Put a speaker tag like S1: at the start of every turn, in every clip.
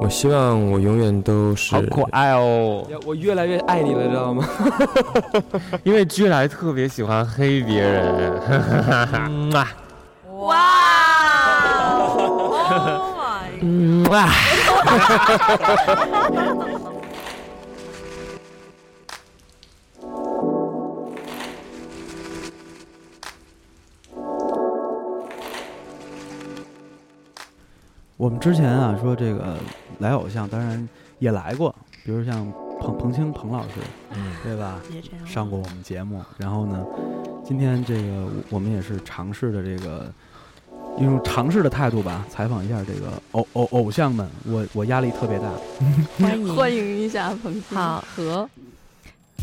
S1: 我希
S2: 嗯
S1: 望我永远都是
S2: 好可爱哦！
S3: 我越来越爱你了，知道 吗？
S2: 因为居来特别喜欢黑别人，哇！哦
S4: 哇！Oh
S2: 嗯
S4: my！
S2: 哇！
S5: 我们之前啊说这个来偶像，当然也来过，比如像彭彭清彭老师，
S2: 嗯，
S5: 对吧？
S4: 别这样，
S5: 上过我们节目。然后呢，今天这个我们也是尝试的这个，用尝试的态度吧，采访一下这个偶偶偶像们。我我压力特别大，
S4: 欢迎
S6: 欢迎一下彭清
S4: 好
S6: 和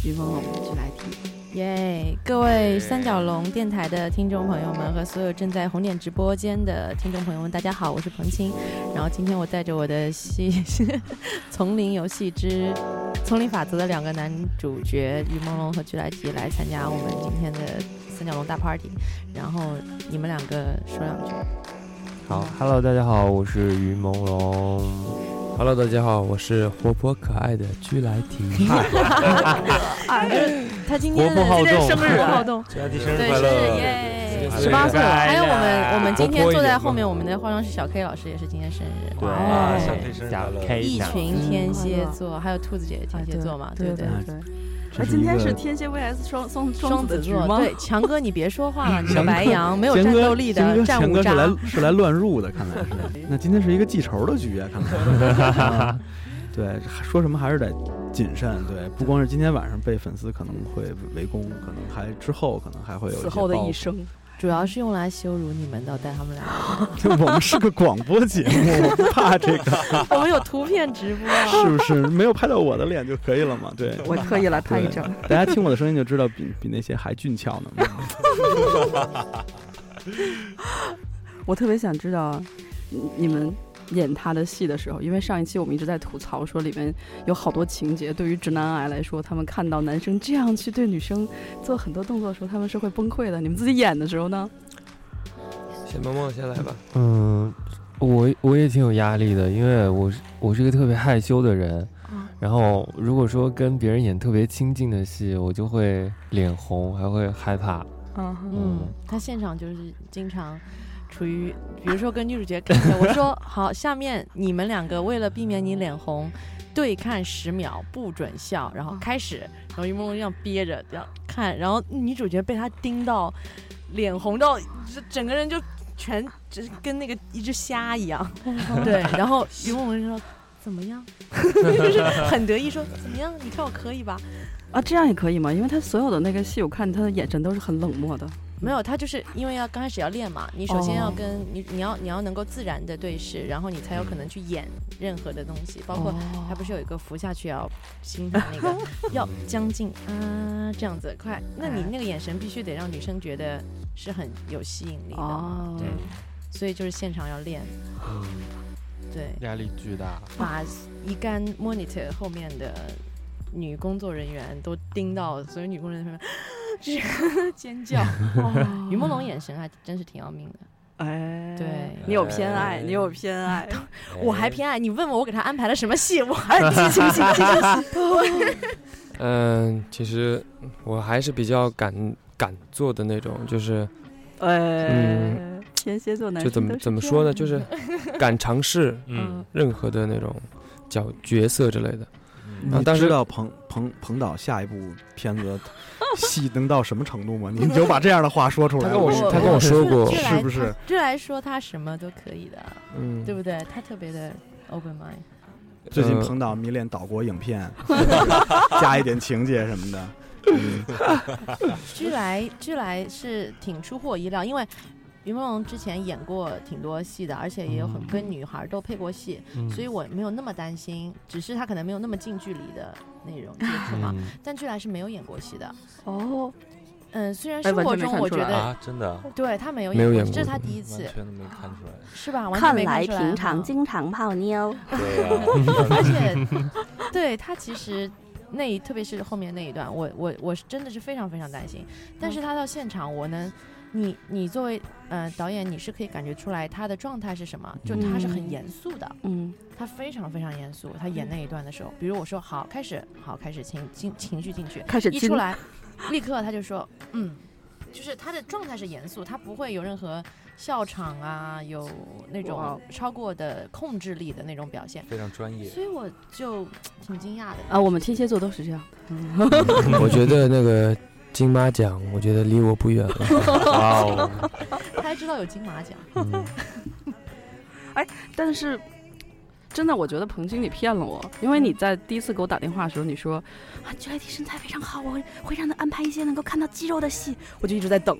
S4: 于梦龙去来听，耶！各位三角龙电台的听众朋友们和所有正在红点直播间的听众朋友们，大家好，我是彭青。然后今天我带着我的戏《 丛林游戏之丛林法则》的两个男主角于朦胧和巨来提来参加我们今天的三角龙大 party。然后你们两个说两句。
S2: 好，Hello，大家好，我是于朦胧。
S1: Hello，大家好，我是活泼可爱的居来 提。
S4: 啊，就是他今天的
S2: 活泼好动
S4: 今天生日啊，活动
S1: 居来提生
S4: 对，生日耶！十八岁了，还有我们我们今天坐在后面，我们的化妆师小 K 老师也是今天生日，
S2: 对
S5: 啊
S4: 哇
S2: 哎小
S4: 哦
S2: K 生日快乐
S4: 一群天蝎座，还有兔子姐姐
S6: 啊
S4: 天蝎座嘛，
S6: 对
S4: 不对？
S6: 对。
S5: 这
S6: 啊，
S5: 是
S6: 今
S5: 一
S6: 天是
S5: 个
S6: 天蝎 VS 双双
S4: 双
S6: 子
S4: 子
S6: 的局
S4: 座，
S6: 吗？
S4: 对，强哥你别说话了，你个
S5: 强哥
S4: 白羊没有
S5: 贤
S4: 战
S5: 哥
S4: 斗力
S5: 贤
S4: 的
S5: 哥
S4: 战
S5: 贤
S4: 无
S5: 哥是
S4: 渣
S5: 来。是来乱入的，看来是。那今天是一个记仇的局啊，看来。啊 对，说什么还是得谨慎。对，不光是今天晚上被粉丝可能会围攻，可能还之后可能还会有一
S6: 死
S5: 些
S6: 后的
S5: 报
S6: 一
S5: 复。
S6: 生，
S4: 主要是用来羞辱你们的，带他们来。
S5: 我们是个广播节目，我不怕这个，
S4: 我们有图片直播，
S5: 是不是？没有拍到我的脸就可以了嘛？对，
S6: 我特意来拍一张。
S5: 大家听我的声音就知道比比那些还俊俏呢。
S6: 我特别想知道你你们演他的戏的时候，因为上一期我们一直在吐槽说里面有好多情节，对于直男癌来说，他们看到男生这样去对女生做很多动作的时候，他们是会崩溃的。你们自己演的时候呢？
S3: 先萌萌先来吧，
S2: 嗯，我我也挺有压力的，因为我是我是一个特别害羞的人。然后如果说跟别人演特别亲近的戏，我就会脸红，还会害怕。
S6: 嗯哼，
S4: 嗯，他现场就是经常处于，比如说跟女主角看 着，我说好，下面你们两个为了避免你脸红，对看十秒，不准笑，然后
S6: 嗯
S4: 开始，然后于朦胧这样憋着，这样看，然后女主角被他盯到，脸红到这整个人就全就是跟那个一只虾一样，
S6: 嗯
S4: 对，然后于朦胧就说。怎么样？就是很得意说怎么样？你看我可以吧？
S6: 啊，这样也可以吗？因为他所有的那个戏，我看他的眼神都是很冷漠的。
S4: 没有，他就是因为要刚开始要练嘛，你首先要
S6: 哦
S4: 跟、你你要你要能够自然的对视，然后你才有可能去演任何的东西，包括
S6: 哦
S4: 他不是有一个浮下去要欣赏那个要将近啊这样子快，那
S6: 哎
S4: 你那个眼神必须得让女生觉得是很有吸引力的，
S6: 哦，
S4: 对所以就是现场要练，
S2: 嗯，
S4: 对，
S2: 压力巨大。
S4: 把一干 monitor 后面的女工作人员都盯到，所有女工作人员尖叫，于朦胧眼神还真是挺要命的。
S6: 哎，
S4: 对
S6: 你有偏爱，你有偏爱。
S4: 我还偏爱你问我，我给他安排了什么戏，我还是记清醒。
S1: 嗯，其实我还是比较敢敢做的那种，就是
S6: 哎
S1: 嗯，
S6: 天蝎座男
S1: 就
S6: 生
S1: 怎么
S6: 都是
S1: 怎么
S6: 这
S1: 说呢，
S6: 样
S1: 就是
S6: 的
S1: 敢 尝试
S2: 嗯，
S1: 任何的那种角角色之类的。
S3: 嗯
S4: 嗯
S5: 你
S1: 啊但是
S5: 知道彭彭彭导下一部片 子戏能到什么程度吗？你就把这样的话说出来，
S1: 他跟我
S5: 是
S1: 他跟我说过
S4: 这
S5: 是不是？
S4: 这来说他什么都可以的，
S1: 嗯，
S4: 对不对？他特别的 open mind。
S5: 最近
S1: 呃
S5: 彭导迷恋岛国影片， 加一点情节什么的。
S4: 居来居来是挺出乎我意料，因为于朦胧之前演过挺多戏的，而且也有很跟女孩都配过戏，所以我没有那么担心，只是他可能没有那么近距离的那种接触嘛。
S2: 嗯
S4: 但居来是没有演过戏的，
S6: 哦，
S4: 嗯，虽然
S6: 哎
S4: 生
S6: 完
S4: 活
S6: 全没
S4: 中
S6: 看
S4: 我
S6: 出
S4: 觉
S6: 来
S4: 得。
S7: 啊，真的啊，
S4: 对他没有
S1: 没有
S4: 演
S1: 演
S4: 这是
S1: 过
S4: 他第一次
S7: 完，全都没看出来。
S4: 是吧？完全
S8: 看
S4: 没
S8: 来
S4: 出
S8: 平
S4: 哈
S8: 常经常泡妞。
S7: 对啊，
S4: 而且 对他其实那
S6: 嗯
S4: 一特别是后面那一段，我我我是真的是非常非常担心。但是他到现场，我能你你作为呃导演，你是可以感觉出来他的状态是什么，就他是很严肃的，
S6: 嗯
S4: 他非常非常严肃。他演那一段的时候，比如我说好开始，好开始情情情绪进去，
S6: 开始
S4: 一
S6: 进
S4: 出来，立刻他就说嗯，就是他的状态是严肃，他不会有任何笑场啊，有那
S6: 哇哦
S4: 种超过的控制力的那种表现，
S3: 非常专业。
S4: 所以我就挺惊讶的。
S6: 啊，我们天蝎座都是这 样，
S1: 我觉得那个金马奖，我觉得离我不远 了。
S2: 哇哦，
S4: 他还知道有金马奖，
S1: 嗯
S6: 哎但是。真的，我觉得彭经理骗了我，因为你在第一次给我打电话的时候，你说啊，具来体身材非常好，我会会让他安排一些能够看到肌肉的戏，我就一直在等，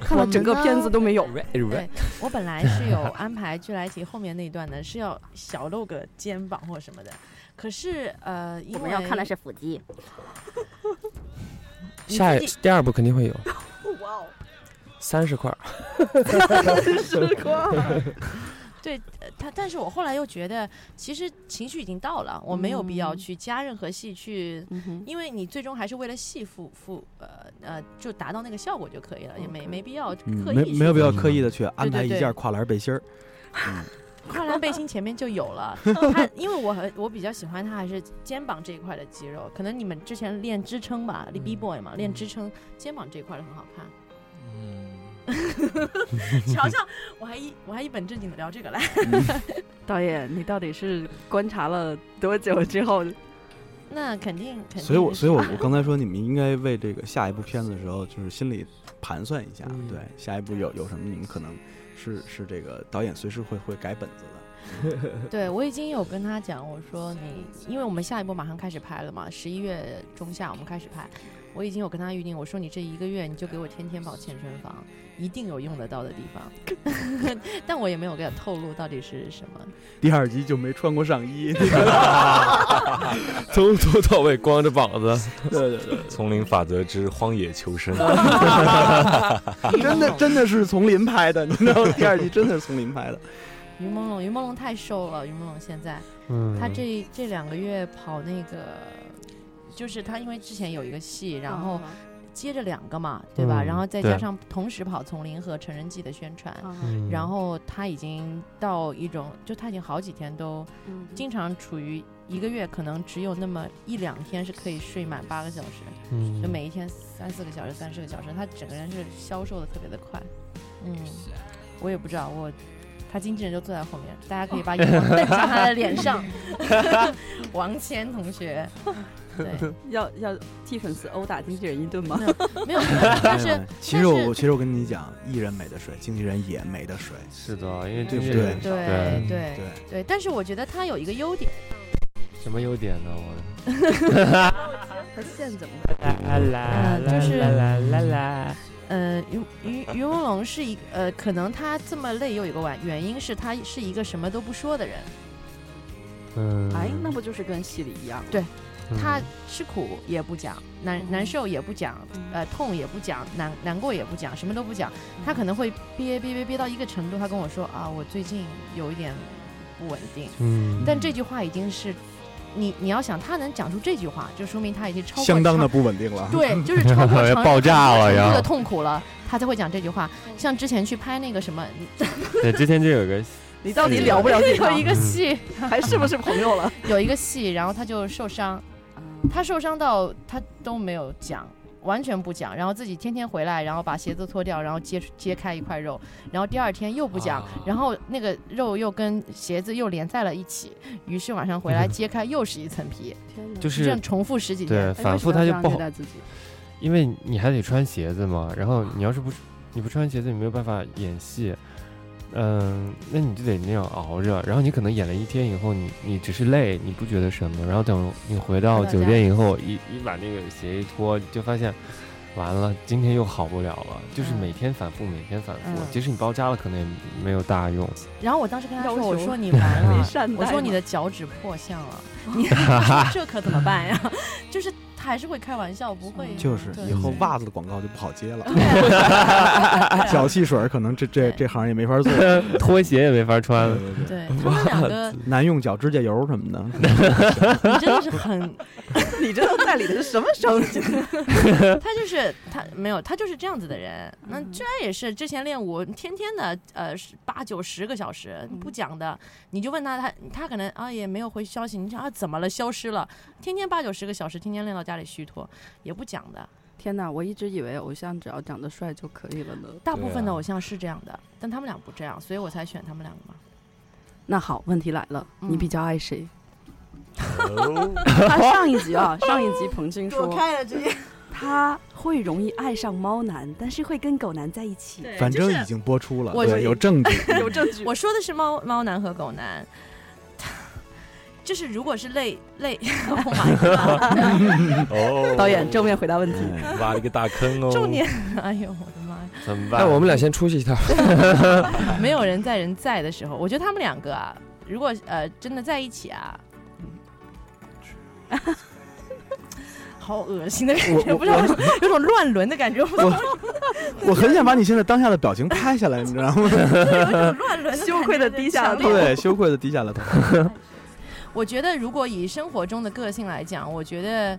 S6: 看
S4: 我
S6: 了
S4: 们
S6: 整个
S4: 呢
S6: 片子都没有。
S3: 哎
S4: 对我本来是有安排聚来一起后面那一段呢，是要小露个肩膀或什么的。可是呃，因为
S7: 我们要看的是腹肌，
S4: 你
S1: 下一
S4: 自己
S1: 第二部肯定会有
S6: 哇哦，
S1: 三十块儿，
S6: 是光，
S4: 呃他，但是我后来又觉得，其实情绪已经到了，我没有必要
S6: 嗯
S4: 去加任何戏去。
S6: 嗯哼，
S4: 因为你最终还是为了戏付付呃呃，就达到那个效果就可以了，也没
S6: OK
S4: 没必要刻意
S5: 嗯，
S4: 去、
S5: 没没有必要
S2: 嗯
S5: 刻意的去安排一
S4: 对
S5: 件跨栏背心儿，
S4: 跨栏背心前面就有 了，他因为我很我比较喜欢他还是肩膀这一块的肌肉，可能你们之前练支撑吧
S6: 嗯
S4: 练，B boy 嘛，练支撑，肩膀这一块的很好 看。嗯，瞧瞧，我还一我还一本正经的聊这个来，
S5: 嗯
S6: 导演，你到底是观察了多久之后？
S4: 那肯定肯定。
S5: 所以我所以 我我刚才说你们应该为这个下一部片子的时候，就是心里盘算一下，
S1: 嗯
S5: 对下一部有有什么你们可能是是这个导演随时会会改本子的，
S4: 对我已经有跟他讲，我说你，因为我们下一步马上开始拍了嘛，十一月中下我们开始拍，我已经有跟他预定，我说你这一个月你就给我天天跑健身房，一定有用得到的地方， 但我也没有给他透露到底是什么。
S5: 第二集就没穿过上衣，
S1: 从头到尾光着膀子，
S5: 对对对，
S8: 丛林法则之荒野求 生，哦
S5: 真的真的是丛林拍的，你知道吗？第二集真的是丛林 拍的，
S4: 于朦胧，于朦胧太瘦了，于朦胧现在
S2: 嗯，
S4: 他这这两个月跑那个。就是他，因为之前有一个戏，然后接着两个嘛，对吧？
S2: 嗯
S4: 然后再
S2: 对
S4: 加上同时跑《丛林》和《成人季》的宣传，
S6: 嗯，
S2: 嗯，
S4: 然后他已经到一种，就他已经好几天都经常处于一个月可能只有那么一两天是可以睡满八个小时，
S2: 嗯
S4: 就每一天三四个小时、三四个小时，他整个人是消瘦的特别的快。嗯，我也不知道，我他经纪人就坐在后面，大家可以把眼光瞪向他的 脸 上。 王谦同学，对，
S6: 要要替粉丝殴打经纪人一顿吗？
S4: 没有，但
S5: 没有
S4: 是
S5: 没有哎其实我其实我跟你讲，艺人没得睡，经纪人也没得睡，
S2: 是的，因为
S5: 对
S2: 经
S5: 不
S2: 纪
S5: 对
S2: 人
S4: 对
S2: 对
S4: 对
S5: 嗯对。
S4: 对，但是我觉得他有一个优点。
S2: 什么优点呢？我
S6: 他现怎么？
S4: 嗯，就是呃，于于于朦胧是一呃，可能他这么累又有一个原原因是他是一个什么都不说的人，
S2: 嗯，
S6: 哎，那不就是跟戏里一样？嗯
S2: 嗯
S4: 他吃苦也不讲，难难受也不讲，呃，痛也不讲，难难过也不讲，什么都不讲，
S6: 嗯
S4: 他可能会憋憋憋憋到一个程度，他跟我说啊，我最近有一点不稳定，
S2: 嗯，
S4: 但这句话已经是。你你要想他能讲出这句话，就说明他已经超过
S5: 相当
S4: 常
S5: 的不稳定
S6: 啊
S5: 了。
S4: 对，就 是超过
S2: 要
S4: 常
S2: 爆炸了要
S4: 常程度的痛苦了，他才会讲这句话。像之前去拍那个什么，
S2: 对之前就有个
S6: 你到底了不了解
S4: 有一
S6: 他？嗯
S4: 个戏，
S6: 还是不是朋友了？
S4: 有一个戏，然后他就受伤，他受伤到他都没有讲。完全不讲，然后自己天天回来，然后把鞋子脱掉，然后揭揭开一块肉，然后第二天又不讲，
S1: 啊
S4: 然后那个肉又跟鞋子又连在了一起，于是晚上回来揭开又是一层皮，
S2: 嗯
S6: 天哪！
S2: 就
S4: 这
S2: 是
S4: 样重复十几哎
S2: 对
S4: 天。
S2: 反复他就不好
S6: 对，待自己。
S2: 因为你还得穿鞋子嘛，然后你要是不你不穿鞋子，你没有办法演戏。嗯，那你就得那样熬着，然后你可能演了一天以后，你你只是累，你不觉得什么，然后等你回到
S4: 回到
S2: 酒
S4: 家
S2: 店以后，一一把那个鞋一脱，就发现完了，今天又好不了了，就是
S4: 嗯
S2: 每天反复，每天反复，
S4: 嗯
S2: 即使你包扎了，可能也没有大用。
S4: 然后我当时跟他
S6: 要
S4: 说：“我
S6: 求
S4: 说你完了，
S6: 善待
S4: 我说你
S6: 嘛
S4: 的脚趾破相了，你这可怎么办呀？就是 他还是会开玩笑，不
S6: 嗯
S4: 会
S5: 就是
S4: 对
S5: 以后
S4: 对
S5: 袜子的广告就不好接了，
S4: 对啊
S5: 小汽水儿可能这这这行也没法做。
S2: 拖鞋也没法穿
S5: 对对
S2: 了。
S5: 对，
S4: 对他们两个，
S5: 男用脚指甲油什么 的，
S4: 你真的是很，
S6: 你这都代理的是什么 商品？
S4: 他就是他没有，他就是这样子的人。那居然也是之前练舞，天天的呃十八九十个小时
S6: 嗯
S4: 不讲的，你就问他，他他可能啊也没有回消息，你想啊怎么了，消失了，天天八九十个小时，天天练到家里虚脱，也不讲的。
S6: 天哪，我一直以为偶像只要长得帅就可以了呢。
S4: 大部分的
S8: 对啊
S4: 偶像是这样的，但他们俩不这样，所以我才选他们两个嘛。
S6: 那好，问题来了，
S4: 嗯
S6: 你比较爱谁？
S8: 哦
S6: 他上一集 啊，上一集彭静说
S4: 了这些，
S6: 他会容易爱上猫男，但是会跟狗男在一起。
S5: 反正已经播出了，
S4: 我
S5: 对，有证据， 有证据。
S4: 我说的是猫猫男和狗男，就是如果是类类，Oh my god！
S8: 哦，
S6: 导演正面回答问题，
S8: 挖了一个大坑哦。
S4: 重点，哎呦我的妈呀！
S2: 怎么办？
S1: 那我们俩先出去一趟。
S4: 没有人在人在的时候，我觉得他们两个啊，如果呃真的在一起啊， 好恶心的感觉，
S5: 我
S4: 不知道为什么有种乱伦的感觉，我不知道
S5: 我很想把你现在当下的表情拍下来，你知道吗？
S4: 有种乱伦的感觉，
S6: 羞愧地低下了头
S4: 强烈
S5: 对，羞愧的低下了头。
S4: 我觉得如果以生活中的个性来讲，我觉得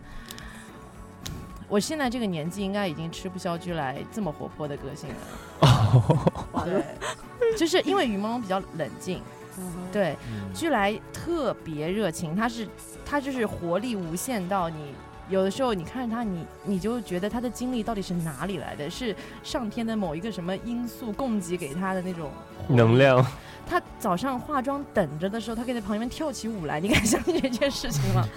S4: 我现在这个年纪应该已经吃不消居来这么活泼的个性了。哦，对，就是因为于朦胧比较冷静，
S6: 嗯
S4: 对，居来特别热情，他是他就是活力无限到你。有的时候你看着他，你你就觉得他的精力到底是哪里来的？是上天的某一个什么因素供给给他的那种活力
S2: 能量，
S4: 他早上化妆等着的时候，他可以在旁边跳起舞来，你敢相信这件事情 吗？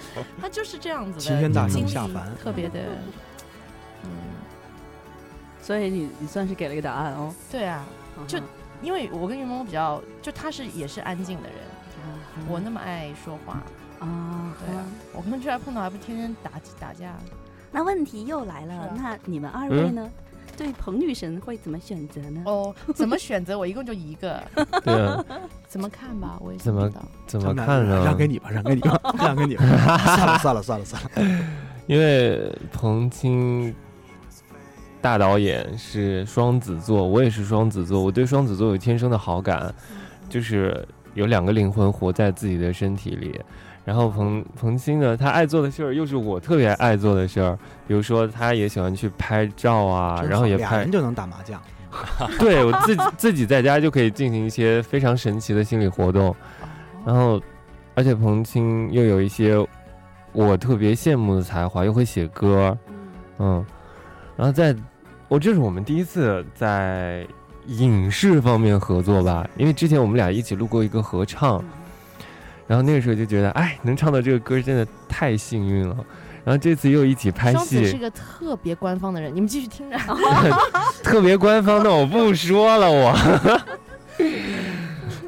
S4: 他就是这样子
S5: 齐
S4: 的，
S5: 天大圣
S4: 经历
S5: 下凡，
S4: 特别的，嗯，
S6: 所以你你算是给了一个答案哦。
S4: 对啊，就因为我跟云萌比较，就他是也是安静的人，我那么爱说话，
S6: 啊，
S4: 嗯对啊，我跟居然碰到还不天天打打架，
S6: 那问题又来了，
S4: 是啊
S6: 那你们二
S2: 位
S5: 嗯
S6: 呢？对彭女神会怎么选择呢？
S4: 哦，怎么选择？我一 共就一个，
S2: 对啊，
S4: 怎么看吧？ 我也
S2: 怎么
S4: 不知道
S2: 怎
S5: 他
S2: 么
S5: 们俩
S2: 看
S5: 让
S2: 呢
S5: 给？你吧，让给你吧，让给你吧。算了算了算了算了，
S2: 因为彭青大导演是双子座，我也是双子座，我对双子座有天生的好感，就是有两个灵魂活在自己的身体里。然后彭彭青呢，他爱做的事儿又是我特别爱做的事儿，比如说他也喜欢去拍照啊，
S5: 真
S2: 然后
S5: 好
S2: 也
S5: 俩
S2: 拍
S5: 人，就能打麻将，
S2: 对我自己 自己在家就可以进行一些非常神奇的心理活动。然后，而且彭青又有一些我特别羡慕的才华，又会写歌，嗯，然后在我这是我们第一次在影视方面合作吧，因为之前我们俩一起录过一个合唱，
S4: 嗯
S2: 然后那个时候就觉得，哎，能唱到这个歌真的太幸运了。然后这次又一起拍
S4: 双子是
S2: 戏，
S4: 个特别官方的人，你们继续 听着。
S2: 特别官方的我不说了我，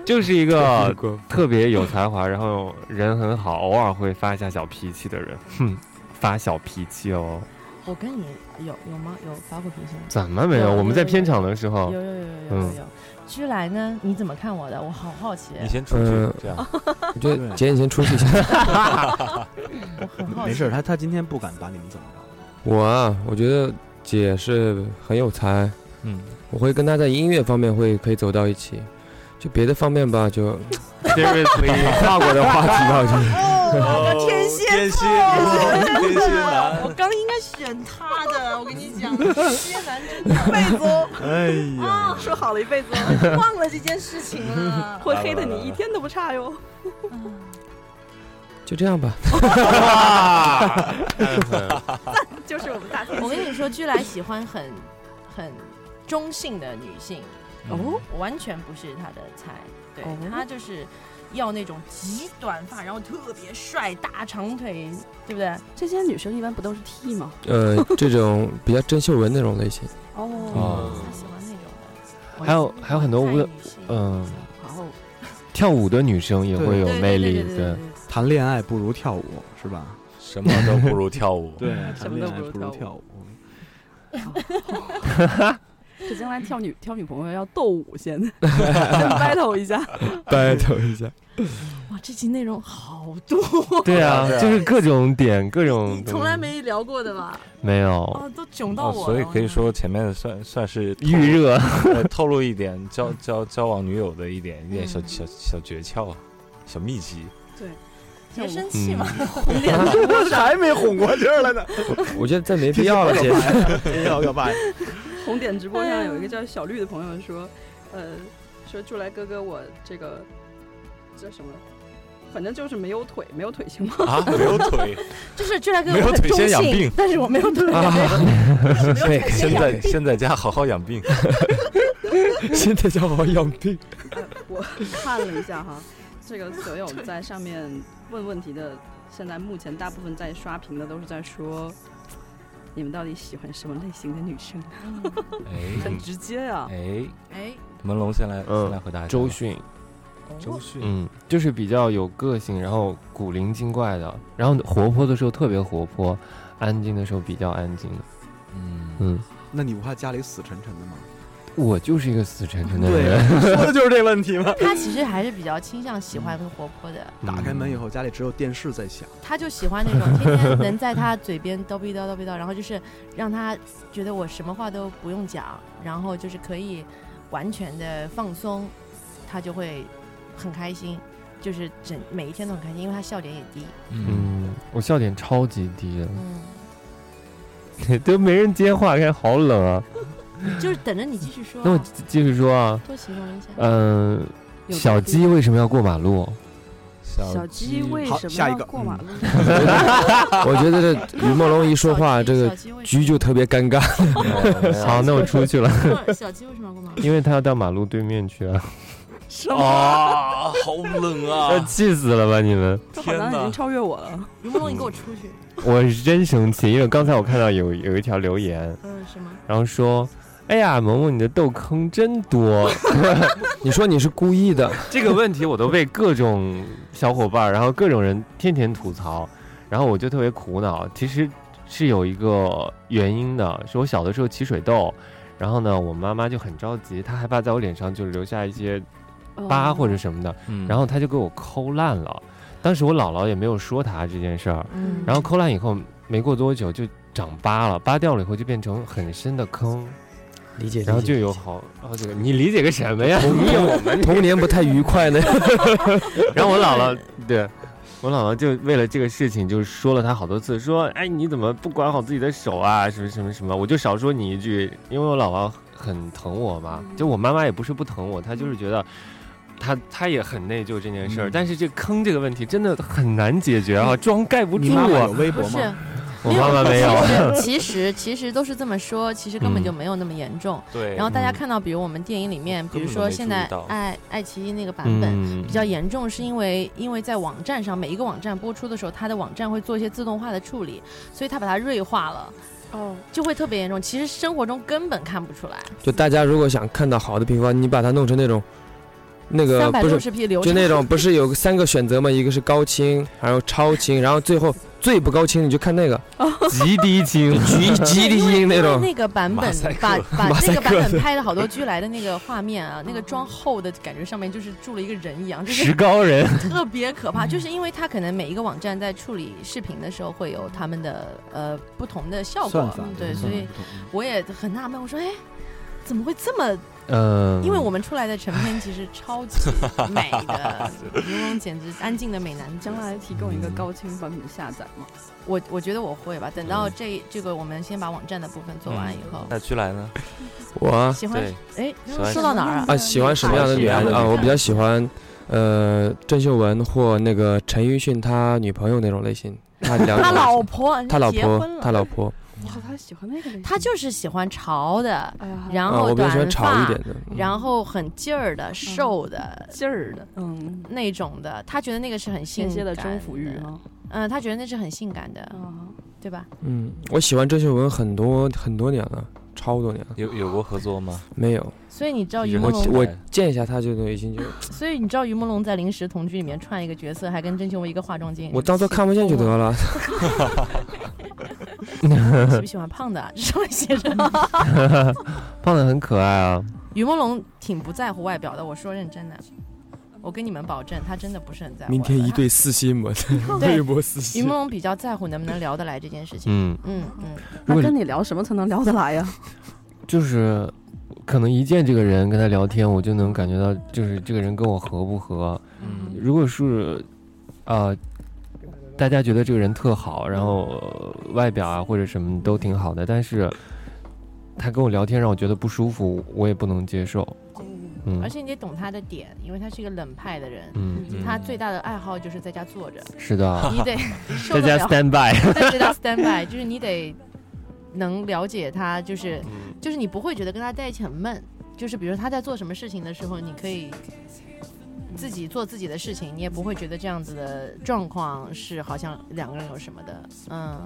S2: 就是一个特别有才华，然后人很好，偶尔会发一下小脾气的人，哼，发小脾气哦，
S4: 我跟你有有吗？有发过脾气吗？
S2: 怎么没有？
S4: 有
S2: 我们在
S4: 有
S2: 片
S4: 有
S2: 场的时候嗯
S4: 有有有有有有有。居来呢？你怎么看我的？我好好奇，
S8: 你先出
S1: 嗯
S8: 去，这样
S1: 我觉得姐你先出去一下。
S4: 我很好奇。
S5: 没事，他他今天不敢把你们怎么着，
S1: 我啊，我觉得姐是很有才，
S8: 嗯，
S1: 我会跟她在音乐方面会可以走到一起，就别的方面吧，就
S2: ，seriously，
S1: 跨国的话题吧，就是
S4: 哦
S8: 天蝎，天蝎，天蝎
S4: 我
S8: 男，
S4: 刚应该选他的，我跟你讲，天男真的辈子
S5: 哎呀，
S6: 啊说好了一 辈子，
S4: 忘了这件事情 了。
S6: 会黑的你一天都不差哟。嗯
S1: 就这 样 吧。
S8: 啊
S6: 就是我们大天
S4: 我跟你说，居来喜欢很很中性的女性，
S2: 嗯
S6: 哦，
S4: 完全不是他的菜。对、
S6: 哦
S4: 他就是要那种极短发，然后特别帅，大长腿，对不对？
S6: 这些女生一般不都是 T 吗？
S1: 呃， 这种比较郑秀文那种类型，
S6: 哦，
S2: 哦
S4: 他喜欢那种的。
S2: 还有还有很多
S4: 我
S2: 无
S4: 女性
S2: 嗯
S6: 好，
S2: 跳舞的女生也会
S5: 对
S2: 有
S4: 对对
S2: 魅力
S4: 对对对
S2: 的
S4: 对。对
S5: 谈恋爱不如跳舞是吧？
S8: 什么都不如跳舞。
S5: 对，
S6: 什
S5: 谈
S6: 么
S5: 恋
S6: 都
S5: 爱
S6: 不
S5: 不
S6: 如
S5: 如
S6: 跳
S5: 跳舞。
S6: 这将来 挑女
S1: 哦
S6: 挑女朋友要斗舞先，先 battle 一下。
S1: 拜托一下。
S4: 哇，哇，这期内容好多，
S2: 对啊，
S8: 是啊
S2: 就是各种点，各种
S4: 你从来没聊过的吧？
S2: 没有
S4: 哦，都囧到
S8: 哦，
S4: 我了。
S8: 所以可以说前面算算是透
S2: 预热，
S8: 呃 透露一点交交交往女友的一点一点小
S4: 嗯
S8: 小小诀窍、小秘籍。
S4: 别生气嘛，
S5: 我嗯 还没哄过劲儿来呢，
S1: 我觉得再没必要了，姐。
S5: 真要要 爸呀！
S6: 红点直播上有一个叫小绿的朋友说，呃，说祝来哥哥我这个叫什么，反正就是没有腿，没有腿行吗？
S8: 啊，没有 腿，
S4: 就是居然跟
S8: 没有
S4: 我很
S8: 腿
S4: 中
S8: 先养
S4: 性
S8: 病，
S4: 但是我没有腿，
S1: 对，
S8: 先啊在先在家好好养病。
S1: 现在叫好养病。
S6: 我看了一下哈，这个所有在上面问问题的，现在目前大部分在刷屏的都是在说，你们到底喜欢什么类型的女生？ 很
S8: 哎
S6: 直接啊呀、
S8: 哎，
S4: 哎，
S8: 门龙先来
S2: 嗯
S8: 先来回答一下吧。
S2: 周迅，
S5: 哦
S8: 周迅，
S2: 嗯，就是比较有个性，然后古灵精怪的，然后活泼的时候特别活泼，安静的时候比较安静的。
S8: 嗯，
S2: 嗯，
S5: 那你不怕家里死沉沉的吗？
S2: 我就是一个死沉沉的
S5: 对啊
S2: 人，
S5: 说的就是这问题嘛。
S4: 他其实还是比较倾向喜欢活泼的，
S2: 嗯
S5: 打开门以，后，家里只有电视在响，
S4: 他就喜欢那种天天能在他嘴边叨逼叨叨逼叨，然后就是让他觉得我什么话都不用讲，然后就是可以完全的放松，他就会很开心，就是整每一天都很开心，因为他笑点也低。
S8: 嗯，
S2: 嗯，我笑点超级低
S4: 嗯，
S2: 的， 都没人接话，看好冷啊。
S4: 就是等着你继续说啊、
S2: 那我继继续说啊，
S4: 多形容一下。
S2: 嗯、小鸡为什么要过马路？
S6: 小鸡为
S5: 嗯好
S6: 什么
S5: 下一
S6: 要
S5: 个嗯
S6: 过马路？
S1: 我觉得 这于梦龙一说话，这个局就特别尴尬。
S2: 好，那我出去了，
S4: 就 小鸡为什么要过马路？
S2: 因为他要到马路对面去啊。
S8: 啊，好 冷
S2: 要
S8: 啊！
S2: 气死了吧你们！
S6: 这好
S8: 天
S6: 像已
S8: 哪
S6: 经，超越我了。
S4: 于朦胧，你给我出去。
S2: 我是真生气，因为刚才我看到有有一条留言，
S4: 嗯，什么？
S2: 然后说：“哎呀，萌萌，你的痘坑真多。
S1: 你说你是故意的，”
S2: 这个问题我都被各种小伙伴儿，然后各种人天天吐槽，然后我就特别苦恼。其实是有一个原因的，是我小的时候起水痘，然后呢，我妈妈就很着急，她害怕在我脸上就留下一些
S6: 哦
S3: 哦
S2: 疤或者什么的，
S8: 嗯
S2: 然后她就给我抠烂了。当时我姥姥也没有说她这件事儿，
S4: 嗯，
S2: 然后抠烂以后没过多久就长疤了，疤掉了以后就变成很深的坑。
S1: 理解
S2: 然后就有好好几个，你理解个什么哎呀？你有我们。
S1: 童年不太愉快呢。
S2: 然后我姥姥，对我姥姥就为了这个事情，就说了她好多次，说哎你怎么不管好自己的手啊，什么什么什么，我就少说你一句，因为我姥姥很疼我嘛，
S5: 嗯
S2: 就我妈妈也不是不疼我，她就是觉得。她她也很内疚这件事儿，
S5: 嗯
S2: 但是这坑这个问题真的很难解决啊，装盖不
S5: 你
S2: 住
S5: 妈妈
S2: 啊
S5: 有。微
S4: 不
S5: 博
S4: 是，
S5: 吗？
S2: 我妈妈没有，
S4: 其实其实其实都是这么说，其实根本就没有那么严重。
S8: 对，
S4: 然后大家
S2: 嗯
S4: 看到，比如我们电影里面，比如说现在
S8: 根本都没注意到
S4: 爱爱奇艺那个版本。
S2: 嗯，
S4: 比较严重，是因为因为在网站上每一个网站播出的时候，它的网站会做一些自动化的处理，所以它把它锐化了，
S6: 哦，
S4: 就会特别严重。其实生活中根本看不出来，
S1: 就大家如果想看到好的地方，你把它弄成那种，那个
S4: 三百
S1: 不
S4: 六
S1: 是
S4: 十 P 流
S1: 就
S4: 程
S1: 那种不是有三个选择吗？一个是高清，还有超清，然后最后最不高清你就看 那个
S2: 极低清，
S1: 极极低清那
S4: 因为
S1: 种。
S4: 那个版
S8: 马
S4: 本
S8: 赛克
S4: 把把
S1: 马
S4: 那
S1: 赛
S4: 个
S1: 克
S4: 版本拍了好多居来的那个画面啊，那个妆厚的感觉上面就是住了一个人一样，就是
S2: 石膏人。
S4: 特别可怕。就是因为它可能每一个网站在处理视频的时候会有他们的呃不同的效
S5: 算
S4: 果
S5: 法，
S4: 对，所
S5: 算法
S4: 以
S5: 不同嗯
S4: 我也很纳闷，我说哎。怎么会这么？呃
S2: 嗯，
S4: 因为我们出来的成片其实超级美 的， 刘龙简直安静的美男子
S6: 将。来提供一个高清版本的下载吗？
S4: 我我觉得我会吧，等到这这个我们先把网站的部分做完以后，
S8: 嗯那居来呢？
S1: 我啊
S4: 喜欢
S8: 对，
S4: 哎，
S8: 喜欢
S4: 说到哪儿啊？
S1: 啊喜欢什么样的女孩子啊？我比较喜欢，呃，郑秀文或那个陈奕迅他女朋友那种类型。他两
S4: 他
S1: 种类
S4: 老
S1: 型
S4: 婆，
S1: 他老
S4: 结婚
S1: 婆，
S4: 了
S1: 他老婆，
S6: 哇，哦他喜欢那个类型，
S4: 嗯他就是喜欢潮的，
S6: 哎呀，
S4: 然
S1: 啊，
S4: 后
S1: 我比较
S4: 短
S1: 喜欢潮一
S4: 发
S1: 点，的。嗯
S4: 然后很劲儿的、瘦的
S6: 嗯劲儿的，嗯，
S4: 那种的，他觉得那个是很性
S6: 天蝎
S4: 感
S6: 的征服欲
S4: 的
S6: 啊，
S4: 嗯，他觉得那是很性感的，
S6: 啊，
S4: 对吧？
S1: 嗯，我喜欢郑秀文很多很多年了，超多年了，
S8: 有有过合作吗？
S1: 没有。
S4: 所以你知道
S8: 一
S4: 于
S8: 直
S4: 朦
S8: 很期
S4: 胧，
S1: 我
S8: 待
S1: 见一下他就都已经 就，
S4: 所以你知道于朦胧在《临时同居》里面串一个角色，还跟郑秀文一个化妆 镜，
S1: 我当做看不见就得 了。
S4: 喜不喜欢胖的啊？这 上面写着
S2: 胖的很可爱啊，
S4: 于朦胧挺不在乎外表的，我说认真的。我跟你们保证，他真的不是很在乎。
S1: 明天一对私信 吧，
S4: 对
S1: 微博私信
S4: 于。朦胧比较在乎能不能聊得来这件事情。
S2: 嗯，
S4: 嗯嗯，
S2: 如
S6: 那
S2: 果
S6: 跟你聊什么才能聊得来呀？
S2: 就是可能一见这个人跟他聊天，我就能感觉到，就是这个人跟我合不合。
S8: 嗯
S2: 如果是，呃，大家觉得这个人特好，然后呃外表啊或者什么都挺好的，但是他跟我聊天让我觉得不舒服，我也不能接受。嗯
S4: 而且你得懂他的点，因为他是一个冷派的人，
S2: 嗯，
S8: 嗯
S4: 他最大的爱好就是在家坐着，
S2: 是的，
S4: 你得受
S2: 大
S4: 得
S2: 家
S4: 了，
S2: stand by。
S4: 但是到 stand by，就是你得能了解他，就是
S2: 嗯
S4: 就是你不会觉得跟他在一起很闷，就是比如他在做什么事情的时候，你可以自己做自己的事情，你也不会觉得这样子的状况是好像两个人有什么的，嗯，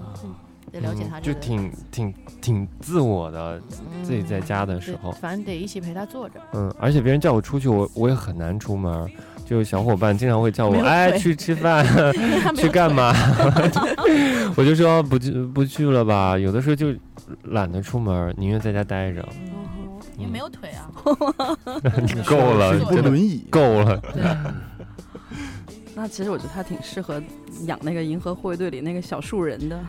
S4: 得了解他
S2: 嗯
S4: 这
S2: 就
S4: 个人、
S2: 挺挺挺自我的，
S4: 嗯
S2: 自己在家的时
S4: 对
S2: 候，
S4: 反正得一起陪他坐着，
S2: 嗯，而且别人叫我出去，我我也很难出门儿。就有小伙伴经常会叫
S4: 没
S2: 我，
S4: 有
S2: 哎，
S4: 腿
S2: 去 吃饭，
S4: 他没
S2: 去
S4: 有
S2: 干
S4: 腿？
S2: 嘛？我就说不去不去了吧。有的时候就懒得出门儿，宁愿在家待着。
S4: 因为没有腿啊，
S2: 嗯
S4: 嗯
S2: 你够了，
S5: 是一部
S2: 真的
S5: 轮椅，
S2: 够了。
S6: 那其实我觉得他挺适合养那个银河护卫队里那个小树人的。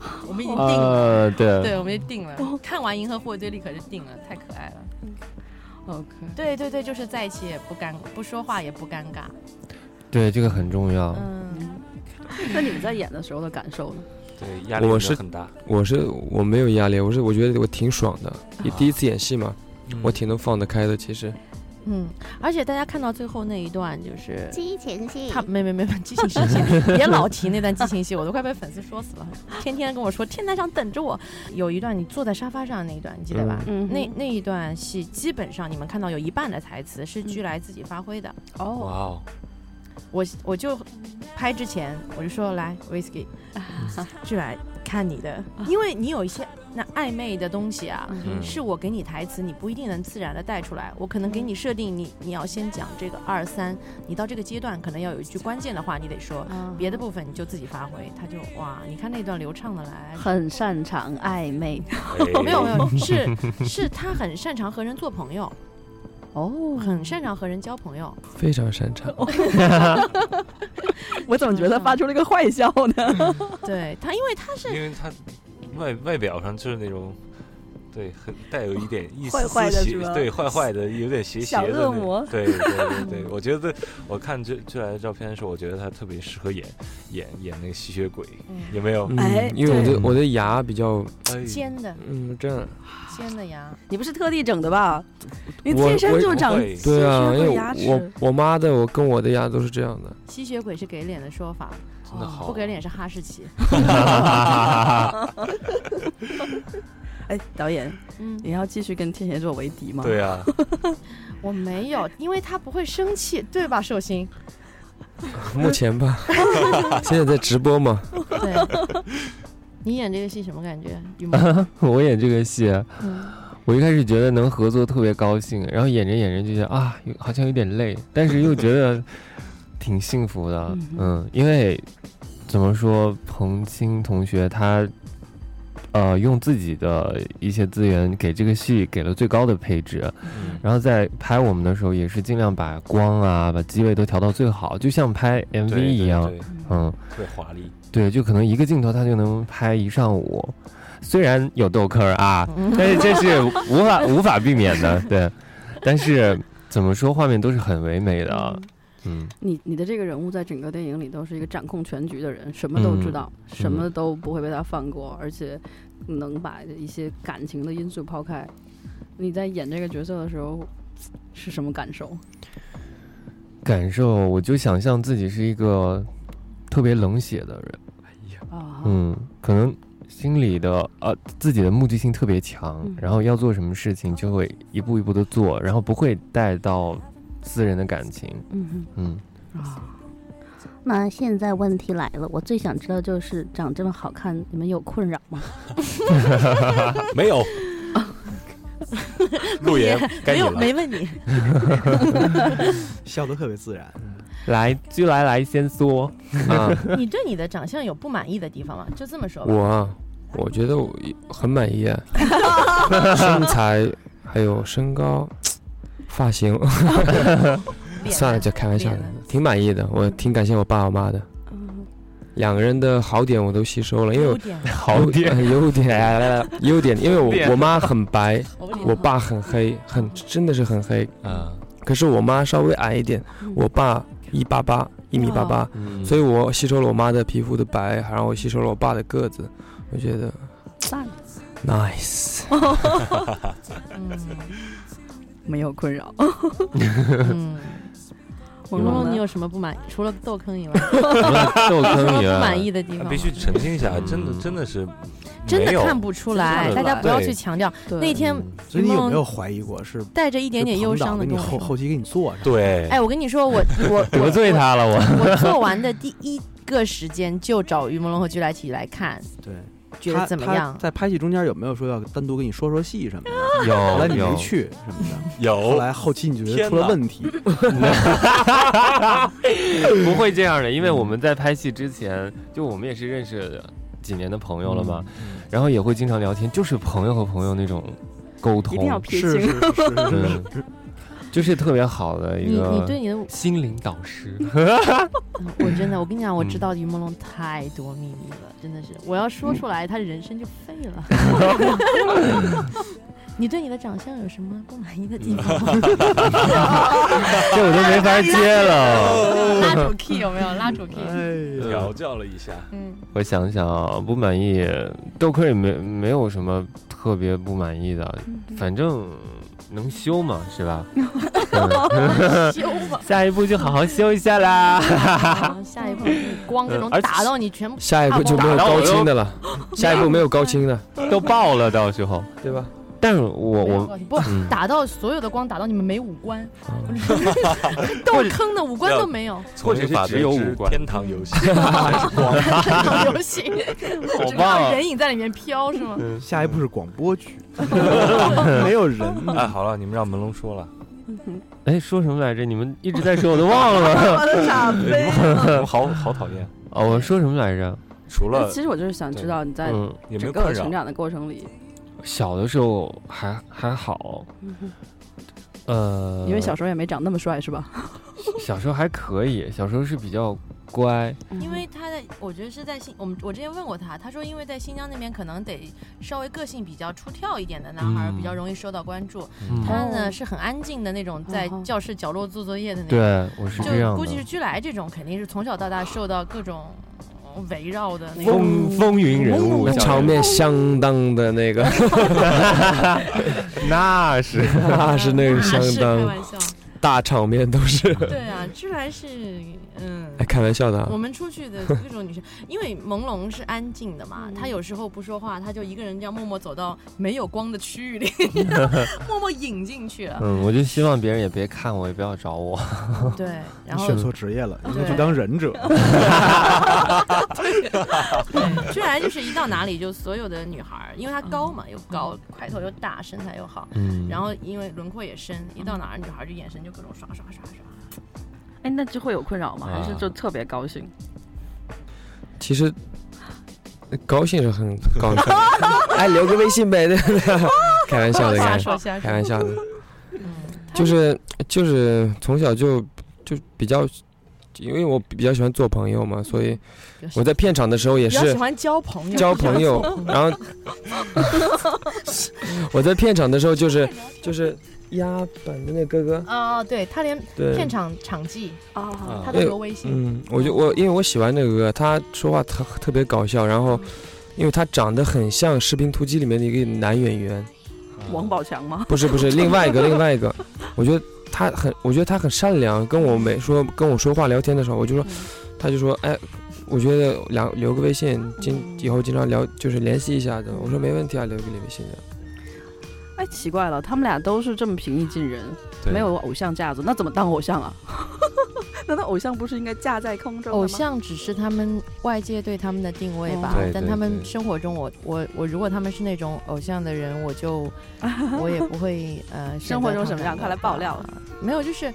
S6: 啊
S4: 我们已经定了。
S2: 呃，对，
S4: 对，我们就定了。看完《银河护卫队》立刻就定了，太可爱了。
S6: OK，
S4: 对对对，就是在一起也不尴，不说话也不尴尬。
S2: 对，这个很重要。
S4: 嗯，
S6: 那你们在演的时候的感受呢？
S8: 对，压力
S1: 我
S8: 真
S1: 是
S8: 的很大。啊
S1: 我是我没有压力，我是我觉得我挺爽的，一第一次演戏嘛，
S8: 嗯
S1: 我挺能放得开的。其实
S4: 嗯，而且大家看到最后那一段，就是
S7: 激情戏
S4: 他没没没激情戏，别老提那段激情戏，我都快被粉丝说死了。天天跟我说天台上等着我。有一段你坐在沙发上那一段，你记得吧？
S6: 嗯
S4: 那那一段戏基本上你们看到有一半的台词是居来自己发挥的。
S6: 哦，
S8: 哦，
S4: 我我就拍之前我就说来 whisky，居来看你的，因为你有一些那暧昧的东西啊，
S8: 嗯
S4: 是我给你台词，你不一定能自然的带出来。我可能给
S6: 嗯
S4: 你设定你你要先讲这个二三，你到这个阶段可能要有一句关键的话，你得说。
S6: 嗯
S4: 别的部分你就自己发挥，他就哇，你看那段流畅的来，
S7: 很擅长暧昧，
S8: 哎
S4: 没有没有， 是是他很擅长和人做朋 友，哦，很擅长和人交朋友，
S1: 非常擅长，
S6: 哦 我怎么觉得发出了一个坏笑呢？
S4: 对他，因为他是
S8: 因为他外外表上就是那种，对，很带有一点意思
S7: 坏坏的
S8: 邪
S7: 是吧
S8: 对，坏坏的，有点邪邪
S7: 小
S8: 的
S7: 恶
S8: 那种
S7: 魔
S8: 对对对 对，我觉得我看这这来的照片的时候，我觉得他特别适合演演演那个吸血鬼，
S4: 嗯
S8: 有没有？
S6: 哎
S1: 嗯，因为我
S6: 对
S1: 的我的牙比较，
S8: 哎
S4: 尖的
S1: 嗯，这样，
S4: 尖的牙，
S6: 你不是特地整的吧？你
S1: 我
S6: 天生就长
S8: 我会
S6: 吸
S1: 对啊，
S6: 血
S1: 因
S6: 鬼
S1: 为
S6: 牙
S1: 我
S6: 齿，
S1: 我妈的，我跟我的牙都是这样的。
S4: 吸血鬼是给脸的说法，嗯
S8: 真的好，
S4: 不给脸是哈士奇。
S6: 哎，导演，
S4: 嗯，
S6: 你要继续跟天蝎座为敌吗？
S8: 对啊，
S4: 我没有，因为他不会生气，对吧，寿星？
S1: 目前吧， 现在在直播嘛，
S4: 对。你演这个戏什么感觉？于
S2: 我演这个戏，
S4: 嗯，
S2: 我一开始觉得能合作特别高兴，然后演着演着就觉得啊，有好像有点累，但是又觉得挺幸福的
S6: 嗯。
S2: 嗯，因为怎么说，彭青同学他呃用自己的一些资源给这个戏给了最高的配置，
S8: 嗯
S2: 然后在拍我们的时候也是尽量把光啊、把机位都调到最好，就像拍 MV
S8: 对
S2: 一样。
S8: 对对
S2: 嗯，
S8: 特别华丽，
S2: 对，就可能一个镜头他就能拍一上午，虽然有豆坑儿啊，
S6: 嗯
S2: 但是这是无法无法避免的，对。但是怎么说，画面都是很唯美的，嗯，
S6: 你你的这个人物在整个电影里都是一个掌控全局的人，什么都
S1: 嗯
S6: 知道，什么都不会被他放过，而且能把一些感情的因素抛开。你在演这个角色的时候是什么感受？
S2: 感受我就想象自己是一个特别冷血的人，
S6: 啊，
S2: 嗯，可能心里的呃自己的目的性特别强
S6: 嗯，
S2: 然后要做什么事情就会一步一步的做，然后不会带到私人的感情，
S6: 嗯
S2: 嗯。
S6: 哼啊，
S7: 那现在问题来了，我最想知道就是长这么好看，你们有困扰吗？
S8: 没 有。陆爷，该你
S4: 没有，
S8: 了。
S4: 没问你。
S5: 笑得特别自然。
S2: 来，居来来先说，
S1: 啊，
S4: 你对你的长相有不满意的地方吗？就这么说吧。
S1: 我啊，我觉得我很满意 啊，身材还有身高、发型，
S4: 脸啊
S1: 算了，就开玩笑的，挺满意的，我挺感谢我爸我妈的，
S6: 嗯，
S1: 两个人的好点我都吸收了，因为
S4: 优
S1: 我
S4: 点，
S2: 好点，
S1: 呃优点来来来优点，因为
S2: 点
S1: 我我妈很白，
S4: 我啊不理
S1: 我
S4: 他
S1: 爸很黑，很真的是很黑，
S8: 啊，
S1: 可是我妈稍微矮一点，
S6: 嗯
S1: 我爸一八八一米八
S4: 哦
S1: 八，
S2: 嗯
S1: 所以我吸收了我妈的皮肤的白，然后我吸收了我爸的个子，我觉得
S6: 赞，
S1: nice。
S4: 嗯
S6: 没有困 扰。
S4: 嗯，
S6: 我
S4: 龙
S6: 们
S4: 龙，你有
S6: 呢
S4: 什么不满？除了痘坑以外，
S2: 豆
S4: 有什么
S2: 坑
S4: 不
S2: 以外
S4: 满意的地方吗？
S8: 哎必须澄清一下，真的
S2: 嗯
S8: 真的是
S4: 真
S8: 没
S4: 的
S8: 有
S4: 看不出来，
S6: 真的
S4: 大
S6: 看不出来
S4: 家不要去
S8: 对
S4: 强调。
S6: 对
S4: 那天
S8: 嗯
S5: 所以你有
S4: 梦
S5: 没有怀疑过是
S4: 带着一点点忧伤的
S5: 是朋
S4: 跟我
S5: 党给你后
S4: 说，
S5: 后期给你做上？
S8: 对，
S4: 哎，我跟你 说，我 我
S2: 得
S4: 我
S2: 罪他了我。
S4: 我我做完的第一个时间就找于朦胧和居来起 来看，
S5: 对，
S4: 觉
S5: 他
S4: 得怎么
S5: 他
S4: 样？
S5: 在拍戏中间有没有说要单独跟你说说戏什么的？后来
S2: 有
S5: 你没
S2: 有，
S5: 去什么的，后
S8: 有
S5: 来后期你觉得出了问题，
S2: 不会这样的，因为我们在拍戏之前，就我们也是认识几年的朋友了
S5: 嗯
S2: 嘛，然后也会经常聊天，就是朋友和朋友那种沟
S6: 一定要
S2: 通，
S6: 撇
S5: 是是是
S6: 清。
S5: 是是是
S2: 嗯，就是特别好的一
S4: 你你
S2: 个
S4: 对你的，
S2: 心灵导师。
S4: 嗯 我真的，我跟你讲，我
S2: 嗯
S4: 知道于朦胧太多秘密了，真的是，我要说出来，他人生就 废
S2: 嗯
S4: 了。你对你的长相有什么不满意的地方吗？
S2: 这我都没法接 了。
S4: 拉主 key 有没有？拉主 key，
S5: 哎呀，
S8: 调教了一下，
S4: 嗯，
S2: 我想想啊，不满意，豆科也没没有什么特别不满意的，
S4: 嗯
S2: 反正能修嘛，是 吧？嗯
S4: 修吧。
S2: 下一步就好好修一下啦。
S4: 好下一步光这种
S2: 嗯而且
S4: 打到你全部
S1: 呃下一步就没有高清的 了，下一步没有高清的，
S2: 都爆了，到时候。
S1: 对吧？
S2: 但是我
S4: 没有
S2: 我
S4: 告诉你不
S2: 嗯
S4: 打到所有的光打到你们没五 官，
S1: 嗯
S4: 到坑的五官都没有，
S8: 从
S2: 或者
S8: 这
S2: 是
S8: 法
S2: 只有
S8: 则
S2: 五
S8: 之
S2: 官
S8: 天堂游戏，
S4: 好流行，
S2: 好
S4: 只
S2: 棒
S4: 看
S2: 啊！
S4: 人影在里面飘是吗？
S5: 下一步是广播剧， 没有人，
S8: 哎，好了，你们让门龙说了，
S4: 嗯
S2: 哎，说什么来着？你们一直在说，我都忘了。
S6: 我的傻飞
S8: 我 好好讨厌，
S2: 哦，我说什么来着？
S8: 除
S6: 那
S8: 了
S6: 哎其实我就是想知道你在
S2: 嗯，
S8: 也没
S6: 整
S8: 有
S6: 个
S8: 困
S6: 成
S8: 扰，
S6: 长的过程里，
S2: 小的时候还还好，呃，
S6: 因为小时候也没长那么帅，是吧？
S2: 小时候还可以，小时候是比较乖，
S4: 因为他在，我觉得是在新，我们我之前问过他，他说因为在新疆那边可能得稍微个性比较出挑一点的男孩儿
S2: 嗯
S4: 比较容易受到关注，
S2: 嗯
S4: 他
S6: 哦
S4: 呢是很安静的那种，在
S6: 嗯哼
S4: 教室角落做作业的那种，
S2: 对我是这
S4: 就
S2: 样
S4: 估计是
S2: 的。
S4: 居来这种肯定是从小到大受到各种呃围绕的那种。
S2: 风风云人物
S1: 那，场面相当的那个，
S2: 那是
S1: 那是那个
S4: 啊
S1: 相
S4: 是开
S1: 当
S4: 玩笑，
S1: 大场面，都 是。
S4: 对啊，居来是嗯。
S1: 哎，开玩笑的啊
S4: 我，们出去的各种 女生，因为朦胧是安静的嘛，
S6: 嗯
S4: 她有时候不说话，她就一个人这样默默走到没有光的区域 里，默默引进去了。
S2: 嗯，我就希望别人也别看我，也不要找我。
S4: 对，然
S5: 你
S4: 后
S5: 选错职业了，你应该去
S4: 对
S5: 当忍者。
S4: 居然就是一到哪里就所有的女孩儿，因为她高
S1: 嗯
S4: 嘛，又高，块头又大，身材又好，
S2: 嗯，
S4: 然后因为轮廓也深，一到哪儿女孩儿就眼神就各种刷刷刷刷。
S6: 哎，那就会有困扰吗？还
S1: 啊
S6: 是就特别高兴？
S1: 其实呃高兴是很高兴， 哎，留个微信呗，对不对？开玩笑的，开
S4: 瞎
S1: 玩
S4: 说
S1: 开
S4: 瞎说，
S1: 玩笑的，
S4: 嗯，
S1: 就是就是从小就就比较，因为我比较喜欢做朋友嘛，所以我在片场的时候也
S4: 比较喜
S1: 是
S4: 欢交朋友，
S1: 交朋友，然 后 我在片场的时候就是就是压板的那哥哥，
S4: 哦，对他连
S1: 对，
S4: 片场场记
S1: 哦
S6: 啊
S4: 他都留微信，
S1: 嗯，我就我因为我喜欢这个歌，他说话特特别搞笑，然后因为他长得很像《士兵突击》里面的一个男演员，
S6: 王宝强吗？
S1: 不是不 是，另外一个另外一个，我觉得他很，我觉得他很善良，跟我没说跟我说话聊天的时候，我就说，他就说，哎，我觉得两留个微信，经以后经常聊就是联系一下的，我说没问题啊，留个微信的，
S6: 哎，奇怪了，他们俩都是这么平易近人，
S8: 对
S6: 没有偶像架子，那怎么当偶像啊？ 难道偶像不是应该架在空中的吗
S4: 偶像只是他们外界对他们的定位
S6: 哦
S4: 吧，
S8: 嗯对
S4: 但
S8: 对
S4: 他们
S8: 对
S4: 生活中我，我我如果他们是那种偶像的人，我就我也不会呃。选择
S6: 生活中什么
S4: 他 们
S6: 样快来爆料
S4: 啊没有，就是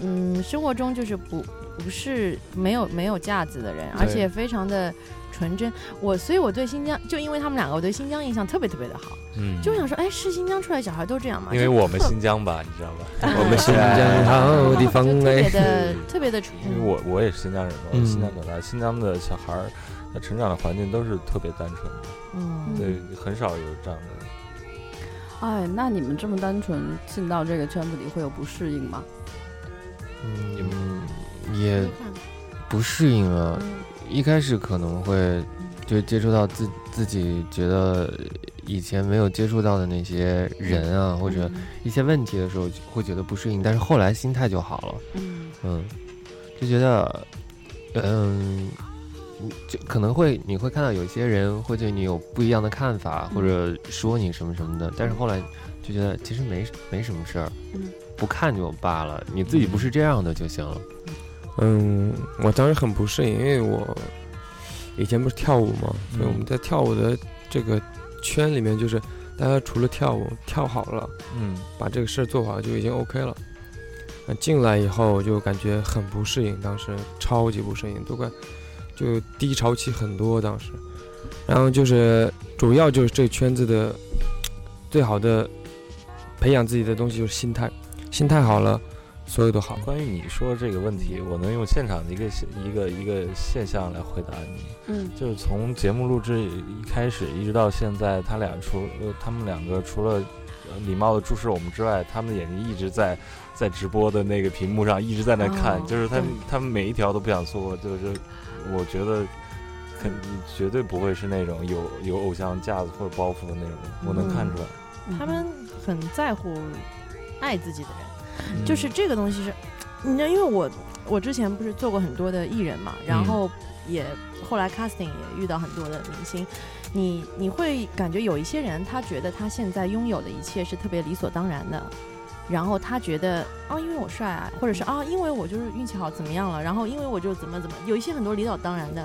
S4: 嗯，生活中就是不不是没有没有架子的人，而且非常的纯真。我所以我对新疆，就因为他们两个，我对新疆印象特别特别的好，
S8: 嗯，
S4: 就想说，哎，是新疆出来小孩都这样吗？
S8: 因为
S4: 啊就
S8: 我们
S4: 特
S8: 新疆吧，你知 道吧？
S1: 我们新疆好地方
S4: 就特
S1: 哎
S4: 别，的特别的纯，
S8: 因为我我也是新疆人嘛，我
S1: 嗯
S8: 新疆长大，新疆的小孩儿，他成长的环境都是特别单纯的，
S4: 嗯，
S8: 对，很少有这样的。
S6: 哎，那你们这么单纯进到这个圈子里，会有不适应吗？
S2: 嗯，也不适应啊。
S4: 嗯
S2: 一开始可能会就接触到自自己觉得以前没有接触到的那些人
S4: 嗯
S2: 啊，或者一些问题的时候，会觉得不适应。但是后来心态就好了，
S4: 嗯
S2: 嗯，就觉得，嗯，就可能会你会看到有些人会对你有不一样的看
S4: 嗯
S2: 法，或者说你什么什么的，但是后来就觉得其实没没什么事儿
S4: 嗯，
S2: 不看就罢了，你自己不是这样的就行了。
S1: 嗯，我当时很不适应，因为我以前不是跳舞嘛，所以我们在跳舞的这个圈里面，就是大家除了跳舞跳好了，
S8: 嗯，
S1: 把这个事儿做好了就已经 OK 了。那进来以后我就感觉很不适应，当时超级不适应，都快就低潮期很多当时。然后就是主要就是这圈子的最好的培养自己的东西就是心态，心态好了，所有都好了。
S8: 关于你说这个问题，我能用现场的一个现一个一个现象来回答你。
S6: 嗯，
S8: 就是从节目录制一开始一直到现在，他俩除呃他们两个除了呃礼貌的注视我们之外，他们的眼睛一直在在直播的那个屏幕上一直在那看，
S6: 啊
S4: 哦
S8: 就是他们
S4: 对
S8: 他们每一条都不想错过，就是我觉得。肯绝对不会是那种有有偶像架子或者包袱的那种，我能看出来。
S4: 他们很在乎爱自己的人。就是
S8: 嗯
S4: 这个东西是，你知道，因为我我之前不是做过很多的艺人嘛，然后也、后来 casting 也遇到很多的明星，你你会感觉有一些人，他觉得他现在拥有的一切是特别理所当然的。然后他觉得啊，因为我帅啊，或者是啊，因为我就是运气好，怎么样了？然后因为我就怎么怎么，有一些很多理所当然的。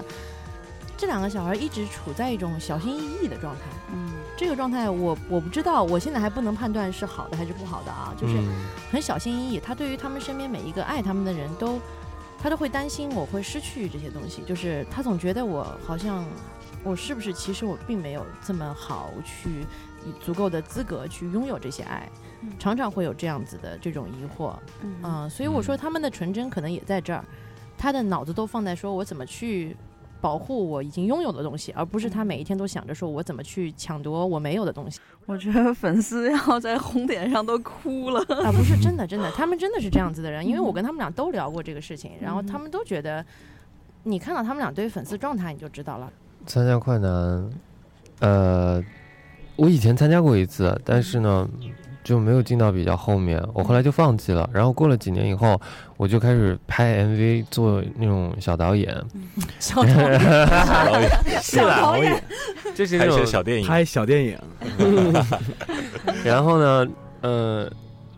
S4: 这两个小孩一直处在一种小心翼翼的状态，
S6: 嗯，
S4: 这个状态我我不知道，我现在还不能判断是好的还是不好的啊，就是
S2: 嗯
S4: 很小心翼翼，他对于他们身边每一个爱他们的人都，他都会担心我会失去这些东西，就是他总觉得我好像我是不是其实我并没有这么好去以足够的资格去拥有这些爱，
S6: 嗯
S4: 常常会有这样子的这种疑惑，嗯、所以我说他们的纯真可能也在这儿，他的脑子都放在说我怎么去。保护我已经拥有的东西，而不是他每一天都想着说我怎么去抢夺我没有的东西。
S6: 我觉得粉丝要在红点上都哭了。
S4: 啊，不是真的， 真的，他们真的是这样子的人，因为我
S6: 嗯
S4: 跟他们俩都聊过这个事情，然后他
S6: 嗯
S4: 们都觉得，你看到他们俩对粉丝状态你就知道了。
S2: 参加快男，呃，我以前参加过一次，但是呢，就没有进到比较后面，我后来就放弃了。然后过了几年以后，我就开始拍 MV，做那种小导演，
S4: 小导演
S8: 导演
S6: 小导演，
S2: 就是
S8: 拍
S2: 那
S8: 一些
S2: 种
S8: 小电影，
S5: 拍小电影，
S2: 然后呢，呃，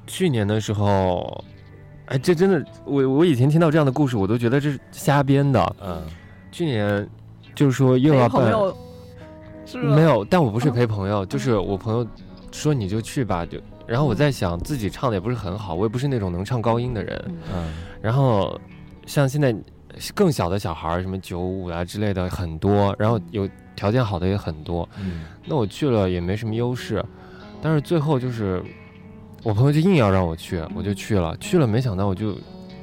S2: 去年的时候，哎，这真的，我我以前听到这样的故事，我都觉得这是瞎编的。
S8: 嗯，
S2: 去年就是说又要
S6: 陪
S2: 办
S6: 朋，友是吧？嗯
S2: 没有，但我不是陪朋友，就是我朋友说你就去吧，就。然
S6: 嗯
S2: 后我在想，自己唱的也不是很好，我也不是那种能唱高音的人。
S8: 嗯，
S2: 然后，像现在更小的小孩儿，什么九五啊之类的很多，然
S6: 嗯
S2: 后有条件好的也很多。
S8: 嗯，
S2: 那我去了也没什么优势，但是最后就是我朋友就硬要让我去，我就去了，去了没想到我就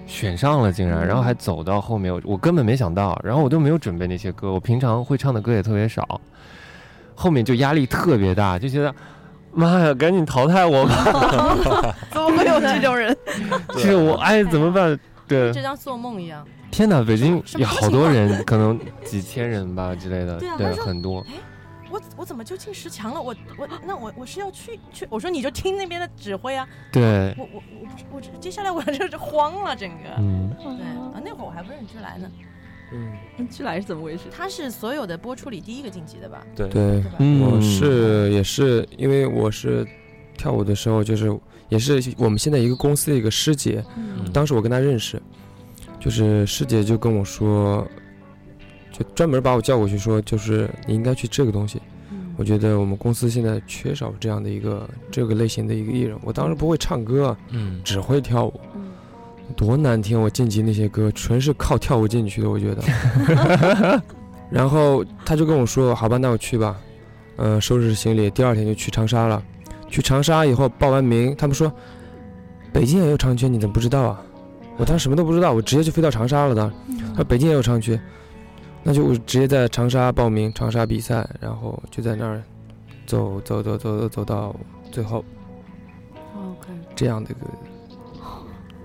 S2: 选上了，竟然，然后还走到后面，我我根本没想到，然后我都没有准备那些歌，我平常会唱的歌也特别少，后面就压力特别大，就觉得。妈呀！赶紧淘汰我吧！
S6: 怎么会有这种人？
S8: 对
S2: 就是我哎，怎么办？对
S4: 就，像做梦一样。
S2: 天哪！北京
S4: 什么
S2: 有好多人，可能几千人吧之类的，
S4: 对啊
S2: 对
S4: 他，说
S2: 很多。
S4: 我我怎么就进十强了？我我那我我是要去去，我说你就听那边的指挥啊！
S2: 对，
S4: 我我我我这接下来我 就是慌了整个。
S2: 嗯，
S4: 对啊，那会儿我还不认识居来呢，
S1: 嗯，
S6: 居来是怎么回事？
S4: 他是所有的播出里第一个晋级的吧？
S8: 对
S1: 对
S4: 对，吧？
S2: 嗯
S1: 我是也是因为我是跳舞的时候，就是也是我们现在一个公司的一个师姐，
S8: 嗯
S1: 当时我跟她认识，就是师姐就跟我说，就专门把我叫过去说，就是你应该去这个东西。
S8: 嗯
S1: 我觉得我们公司现在缺少这样的一个这个类型的一个艺人。我当时不会唱歌，啊
S8: 嗯
S1: 只会跳舞
S6: 嗯，
S1: 多难听！我晋级那些歌全是靠跳舞进去的，我觉得。然后他就跟我说：“好吧，那我去吧。”嗯，收拾行李，第二天就去长沙了。去长沙以后报完名，他们说北京也有长圈，你怎么不知道啊？我当时什么都不知道，我直接就飞到长沙了。当时他说北京也有长圈，那就我直接在长沙报名长沙比赛，然后就在那儿走走走走走走到最后
S6: 嗯 OK，
S1: 这样的一个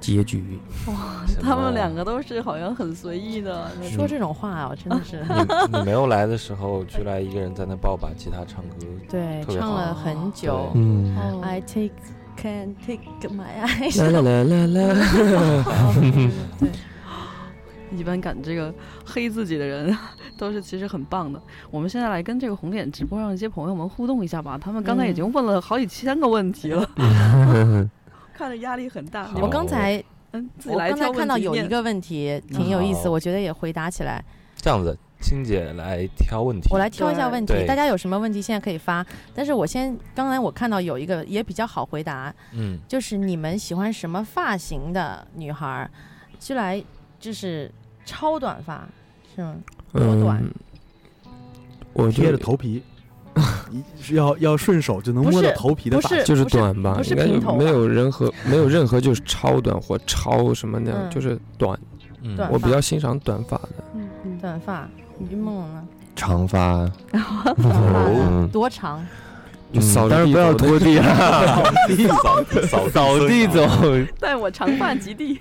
S1: 结局。
S6: 哇，
S8: 行
S6: 他们
S8: 吧
S6: 两个都是好像很随意的，那
S4: 说这种话啊，我真的是
S1: 嗯
S8: 你你没有来的时候，居然一个人在那抱把吉他唱歌，
S4: 对，
S8: 特别
S4: 唱
S8: 好
S4: 了很久。
S2: 嗯，
S6: 哦
S4: I take can take my eyes
S1: 啦啦啦啦啦，
S4: 对，
S6: 一般敢这个黑自己的人， 都是其实很棒的。我们现在来跟这个红点直播上一些朋友们互动一下吧，他们刚才已
S4: 嗯
S6: 经问了好几千个问题了， 看着压力很大。
S4: 我
S6: 你们
S8: 好嗯
S4: 刚才
S6: 嗯自己
S4: 我
S6: 来
S4: 刚才
S6: 挑问
S4: 看到
S6: 题
S4: 有一
S6: 念
S4: 个问题挺有意思，
S8: 好
S4: 我觉得也回答起来。
S8: 这样子，青姐来挑问题，
S4: 我来挑一下
S6: 对
S4: 问题，
S8: 对
S4: 大家 有什么问题现在可以发。但是我先，刚才我看到有一个也比较好回答，
S8: 嗯，
S4: 就是你们喜欢什么发型的女孩儿？就来就是超短发，是吗？多短
S1: 嗯，我
S5: 贴
S1: 觉
S5: 着
S1: 得
S5: 头皮，一是要要顺手就能
S4: 不
S5: 摸到
S4: 是
S5: 头皮的
S4: 不
S5: 发
S4: 是，
S1: 就是
S4: 不是
S1: 短吧
S4: 不，是
S1: 应该
S4: 平
S1: 就
S4: 头啊
S1: 没
S4: 吧
S1: 有任何没有任何就是超短或超什么那样，
S4: 嗯
S1: 就是短。
S8: 嗯
S4: 短
S1: 我比
S4: 发
S1: 较欣赏短发的，
S6: 嗯嗯
S4: 短发，于梦龙呢？
S2: 长 发，
S4: 短发
S2: 嗯
S4: 呢多长？
S1: 就扫着
S2: 当然
S1: 地
S2: 嗯不要
S1: 走的
S2: 拖地啊，
S8: 扫扫
S2: 扫 地走，
S6: 带我长发及地。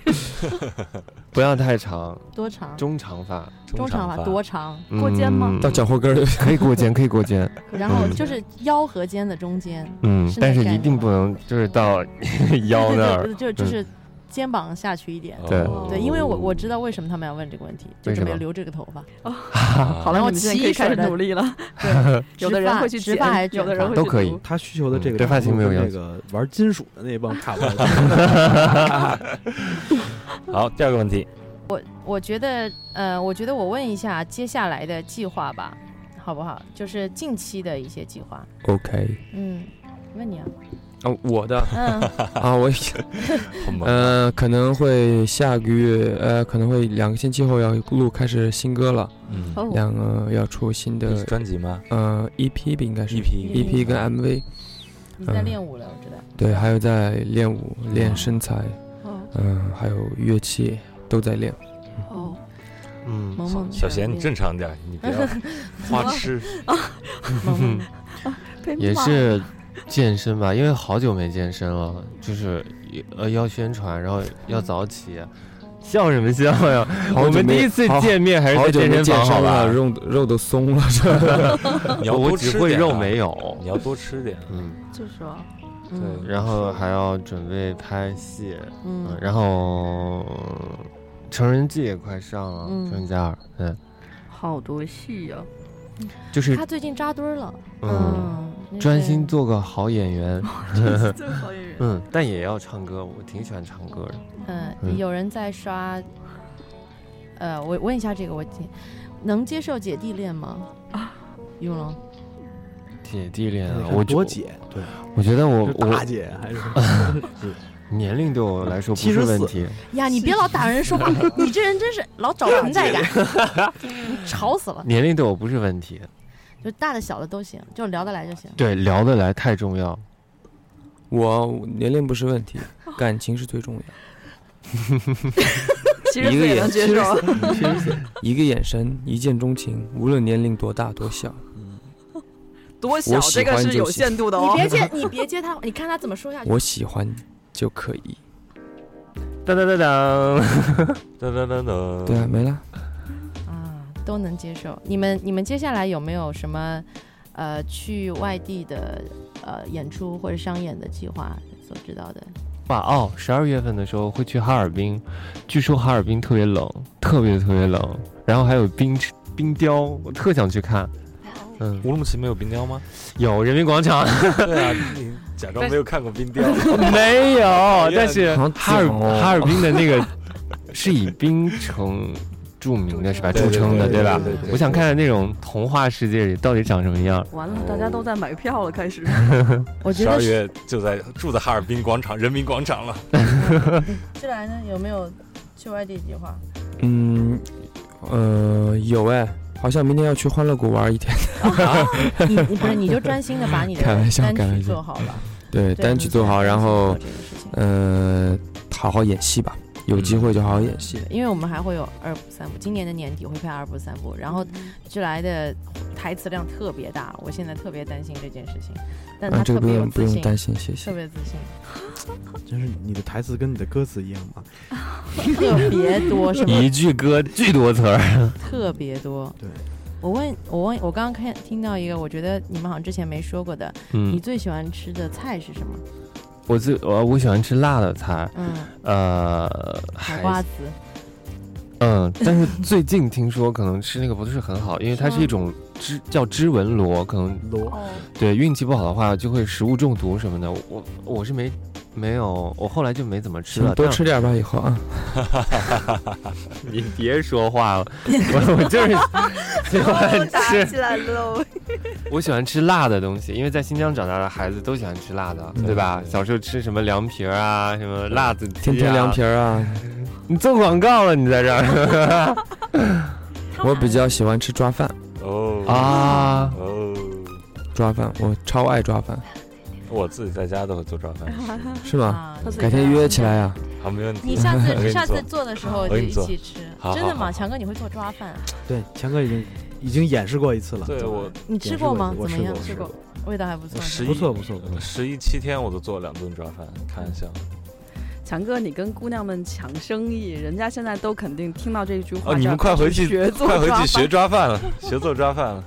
S2: 不要太长，
S4: 多长？
S2: 中长发，
S4: 中长
S8: 发
S4: 发多长？
S6: 过肩吗
S2: 嗯
S1: 到脚后跟儿就
S2: 可以过肩，可以过肩，
S4: 然后
S2: 嗯
S4: 就是腰和肩的中间，
S2: 嗯
S4: 是，那
S2: 但是
S4: 概
S2: 一
S4: 念
S2: 定
S4: 吧
S2: 不能就是到 腰
S4: 对
S2: 那
S4: 对
S2: 儿嗯
S4: 对，对，就就是肩膀下去一点。
S2: 对
S8: 哦
S4: 对，因为我我知道为什么他们要问这个问题，就
S2: 为
S4: 准
S2: 什
S4: 备
S2: 么
S4: 留这个头发。
S6: 哦 好了，
S4: 然后
S6: 你们现在
S4: 奇
S6: 可以
S4: 异
S6: 开
S4: 水
S6: 始
S4: 的
S6: 努力了。 对， 有的
S4: 直
S6: 人
S4: 发
S6: 会去
S4: 直
S6: 剪
S4: 发还，是
S6: 有的
S4: 卷
S6: 人
S4: 发
S6: 会
S2: 都
S6: 去
S2: 可以
S6: 撸
S5: 他需求的这个
S2: 对发型没有要
S5: 那
S2: 求
S5: 个玩金属的那帮差不多。
S8: 好，第二个问题，
S4: 我我觉得，呃，我觉得我问一下接下来的计划吧，好不好？就是近期的一些计划。
S1: OK
S4: 嗯，问你啊，
S1: 啊，我的
S4: 嗯，
S1: 啊，我
S8: 好吗？
S1: 呃可能会下个月呃可能会两个星期后要录开始新歌了，
S8: 嗯，
S6: 哦
S1: 两个要出新
S8: 你是
S1: 的
S8: 专辑吗 E
S1: 呃 EP 吧应该是
S8: ？EP
S1: EP 跟 MV
S4: E 嗯你在
S1: 嗯
S4: 练舞了，我知道。
S1: 对，还有在练舞练
S8: 嗯
S1: 身材，
S6: 哦
S1: 嗯、还有乐器都在练。
S6: 哦，
S2: 嗯，
S4: 萌萌，
S8: 小贤，你正常点儿，你不要 花痴。
S4: 萌萌，
S6: 被
S2: 也
S6: 骂
S2: 是健身吧，因为好久没健身了，就是呃要宣传，然后要早起，笑什么笑呀？
S1: 好
S2: 我
S1: 久
S2: 们
S1: 没
S2: 第一次
S1: 好
S2: 见面还是
S1: 好
S2: 在
S1: 久没
S2: 健身
S1: 健
S2: 房，好
S1: 身了，
S2: 吧？
S1: 肉肉都松了，是吧？
S8: 你要
S2: 我
S8: 多
S2: 只
S8: 吃
S2: 会
S8: 点
S2: 肉
S8: 啊
S2: 没有
S8: 你，要多吃点啊。
S2: 嗯，
S6: 就是啊
S4: 嗯
S8: 对
S2: 然后还要准备拍戏，嗯
S4: 嗯，
S2: 然后成人季也快上了，
S4: 嗯
S2: 成人加二，嗯，
S6: 好多戏啊呀。
S2: 就是
S4: 他最近扎堆儿了，
S2: 嗯，
S4: 哦那
S2: 专
S4: 个
S2: 心做个好演员，
S6: 最好演员。
S2: 嗯，但也要唱歌，我挺喜欢唱歌的，
S4: 嗯，
S2: 嗯
S4: 有人在刷，呃，我问一下这个问题，能接受姐弟恋吗？
S6: 啊
S4: 于龙，
S2: 姐弟恋啊，
S5: 我
S2: 我
S5: 多，姐，对，
S2: 我觉得我
S5: 是
S2: 我
S5: 大 姐还是
S2: 年龄对我来说不是问题，
S4: 呀，你别老打人 说话，你这人真是老找存在感，吵死了。
S2: 年龄对我不是问题，
S4: 就大的小的都行，就聊得来就行。
S2: 对，聊 得来太重要，
S1: 我年龄不是问题，感情是最重要。
S6: 其实
S1: 一个演
S6: 也能接
S1: 其实
S6: 受。
S1: 一个眼神，一见钟情，无论年龄多大多小。
S6: 多小
S1: 我喜
S6: 这个
S1: 欢
S6: 是
S1: 就
S6: 有
S1: 行
S6: 限度的
S4: 你
S6: 哦。
S4: 别 接，你别接他，你看他怎么说下去。
S1: 我喜欢就可以。
S2: 当当当当，
S8: 噔噔噔噔。
S1: 对啊，没了。
S4: 啊，都能接受。你们你们接下来有没有什么呃去外地的呃演出或者商演的计划？所知 道的，
S2: 哇哦，十二月份的时候会去哈尔滨，据说哈尔滨特别冷，特别特别冷，然后还有冰冰雕，我特想去看，嗯，
S8: 乌鲁木齐没有冰雕吗？
S2: 有人民广场。
S8: 对啊，你假装没有看过冰雕。
S2: 没有， 但是
S1: 好
S2: 哈尔
S1: 屌哦
S2: 哈尔滨的那个 是以冰城著名的是吧？
S8: 对
S2: 著
S8: 对
S2: 称的
S8: 对
S2: 吧
S8: 对对对？
S2: 我想看看那种童话世界里到底长什么样。
S6: 完了，大家都在买票了， 开始。
S4: 我觉
S8: 十二
S4: 得是
S8: 月就在住在哈尔滨广场人民广场 了。
S4: 接下来呢有没有去外地计划？
S1: 嗯，呃，有哎，好像明天要去欢乐谷玩一天。
S4: 你你不是嗯你 就专心的把你的
S1: 开玩笑
S4: 单
S1: 开玩
S4: 曲
S1: 笑
S4: 做好了，
S1: 对，
S4: 对
S1: 单曲做好，然后
S4: 你才能专心做这个事情
S1: 呃，好好演戏吧，有机会就好好演戏。
S4: 因为我们还会有二部三部，今年的年底会拍二部三部，然后
S1: 嗯
S4: 剧来的台词量特别大，我现在特别担心这件事情，但
S1: 啊，
S4: 他
S1: 这个不
S4: 特别有
S1: 用不
S4: 自
S1: 用
S4: 信，
S1: 担心，谢谢
S4: 特。别自信，
S5: 真是你的台词跟你的歌词一样嘛？
S4: 特别 多，什么
S2: 一句歌巨多词儿，
S4: 特别多。
S5: 对，
S4: 我问我问我刚刚看听到一个，我觉得你们好像之前没说过的，你
S2: 嗯，
S4: 最喜欢吃的菜是什么？
S2: 我最我我喜欢吃辣的菜，
S4: 嗯，
S2: 呃，
S4: 海
S2: 还
S4: 瓜子，
S2: 嗯，但是最近听说可能吃那个不是很好，因为它
S4: 是
S2: 是
S4: 吗
S2: 一种织叫织纹螺，可能
S5: 罗
S6: 哦，
S2: 对运气不好的话就会食物中毒什么的。我我是没没有，我后来就没怎么吃
S1: 行
S2: 了。
S1: 多
S2: 但
S1: 吃点吧，以后啊。
S2: 你别说话了， 我我就是喜欢吃，
S6: 来喽！
S2: 我喜欢吃辣的东西，因为在新疆长大的孩子都喜欢吃辣的，
S1: 嗯
S2: 对吧？小时候吃什么凉皮儿啊，什么辣子鸡、啊，
S1: 天天凉皮儿啊，
S2: 你做广告了，你在这儿
S1: 我比较喜欢吃抓饭，
S8: 哦
S2: 啊？
S8: 哦，
S1: 抓饭我超爱抓饭，
S8: 我自己在家都会做早 饭吃，
S1: 是吗？
S4: 啊
S6: 他自己
S1: 改天约起来啊。
S8: 好，没问题。
S4: 你 下
S8: 我给
S4: 次
S8: 你
S4: 下次
S8: 做
S4: 做的时候
S8: 我
S4: 就
S8: 给你
S4: 一
S8: 做
S4: 起吃
S8: 好，
S4: 真的
S8: 好
S4: 吗？
S8: 好
S4: 强哥，你会做抓饭啊？
S5: 对，强哥已经已经演示过一次了。
S8: 对我
S4: 你
S5: 演
S4: 吃
S5: 示
S4: 过吗？
S5: 我
S4: 怎
S5: 吃
S4: 么样
S5: 过，？
S4: 吃
S5: 吃
S4: 过，味道还不错
S8: 我
S4: 是
S8: 十
S4: 吧。
S8: 一
S5: 不错不错不错。
S8: 十一七天我都做两顿抓饭，开玩笑。
S6: 强哥，你跟姑娘们抢生意，人家现在都肯定听到这句话。
S8: 哦，你们快回去，
S6: 学做
S8: 快回
S6: 抓
S8: 去学
S6: 饭，
S8: 抓饭了，学做抓饭了。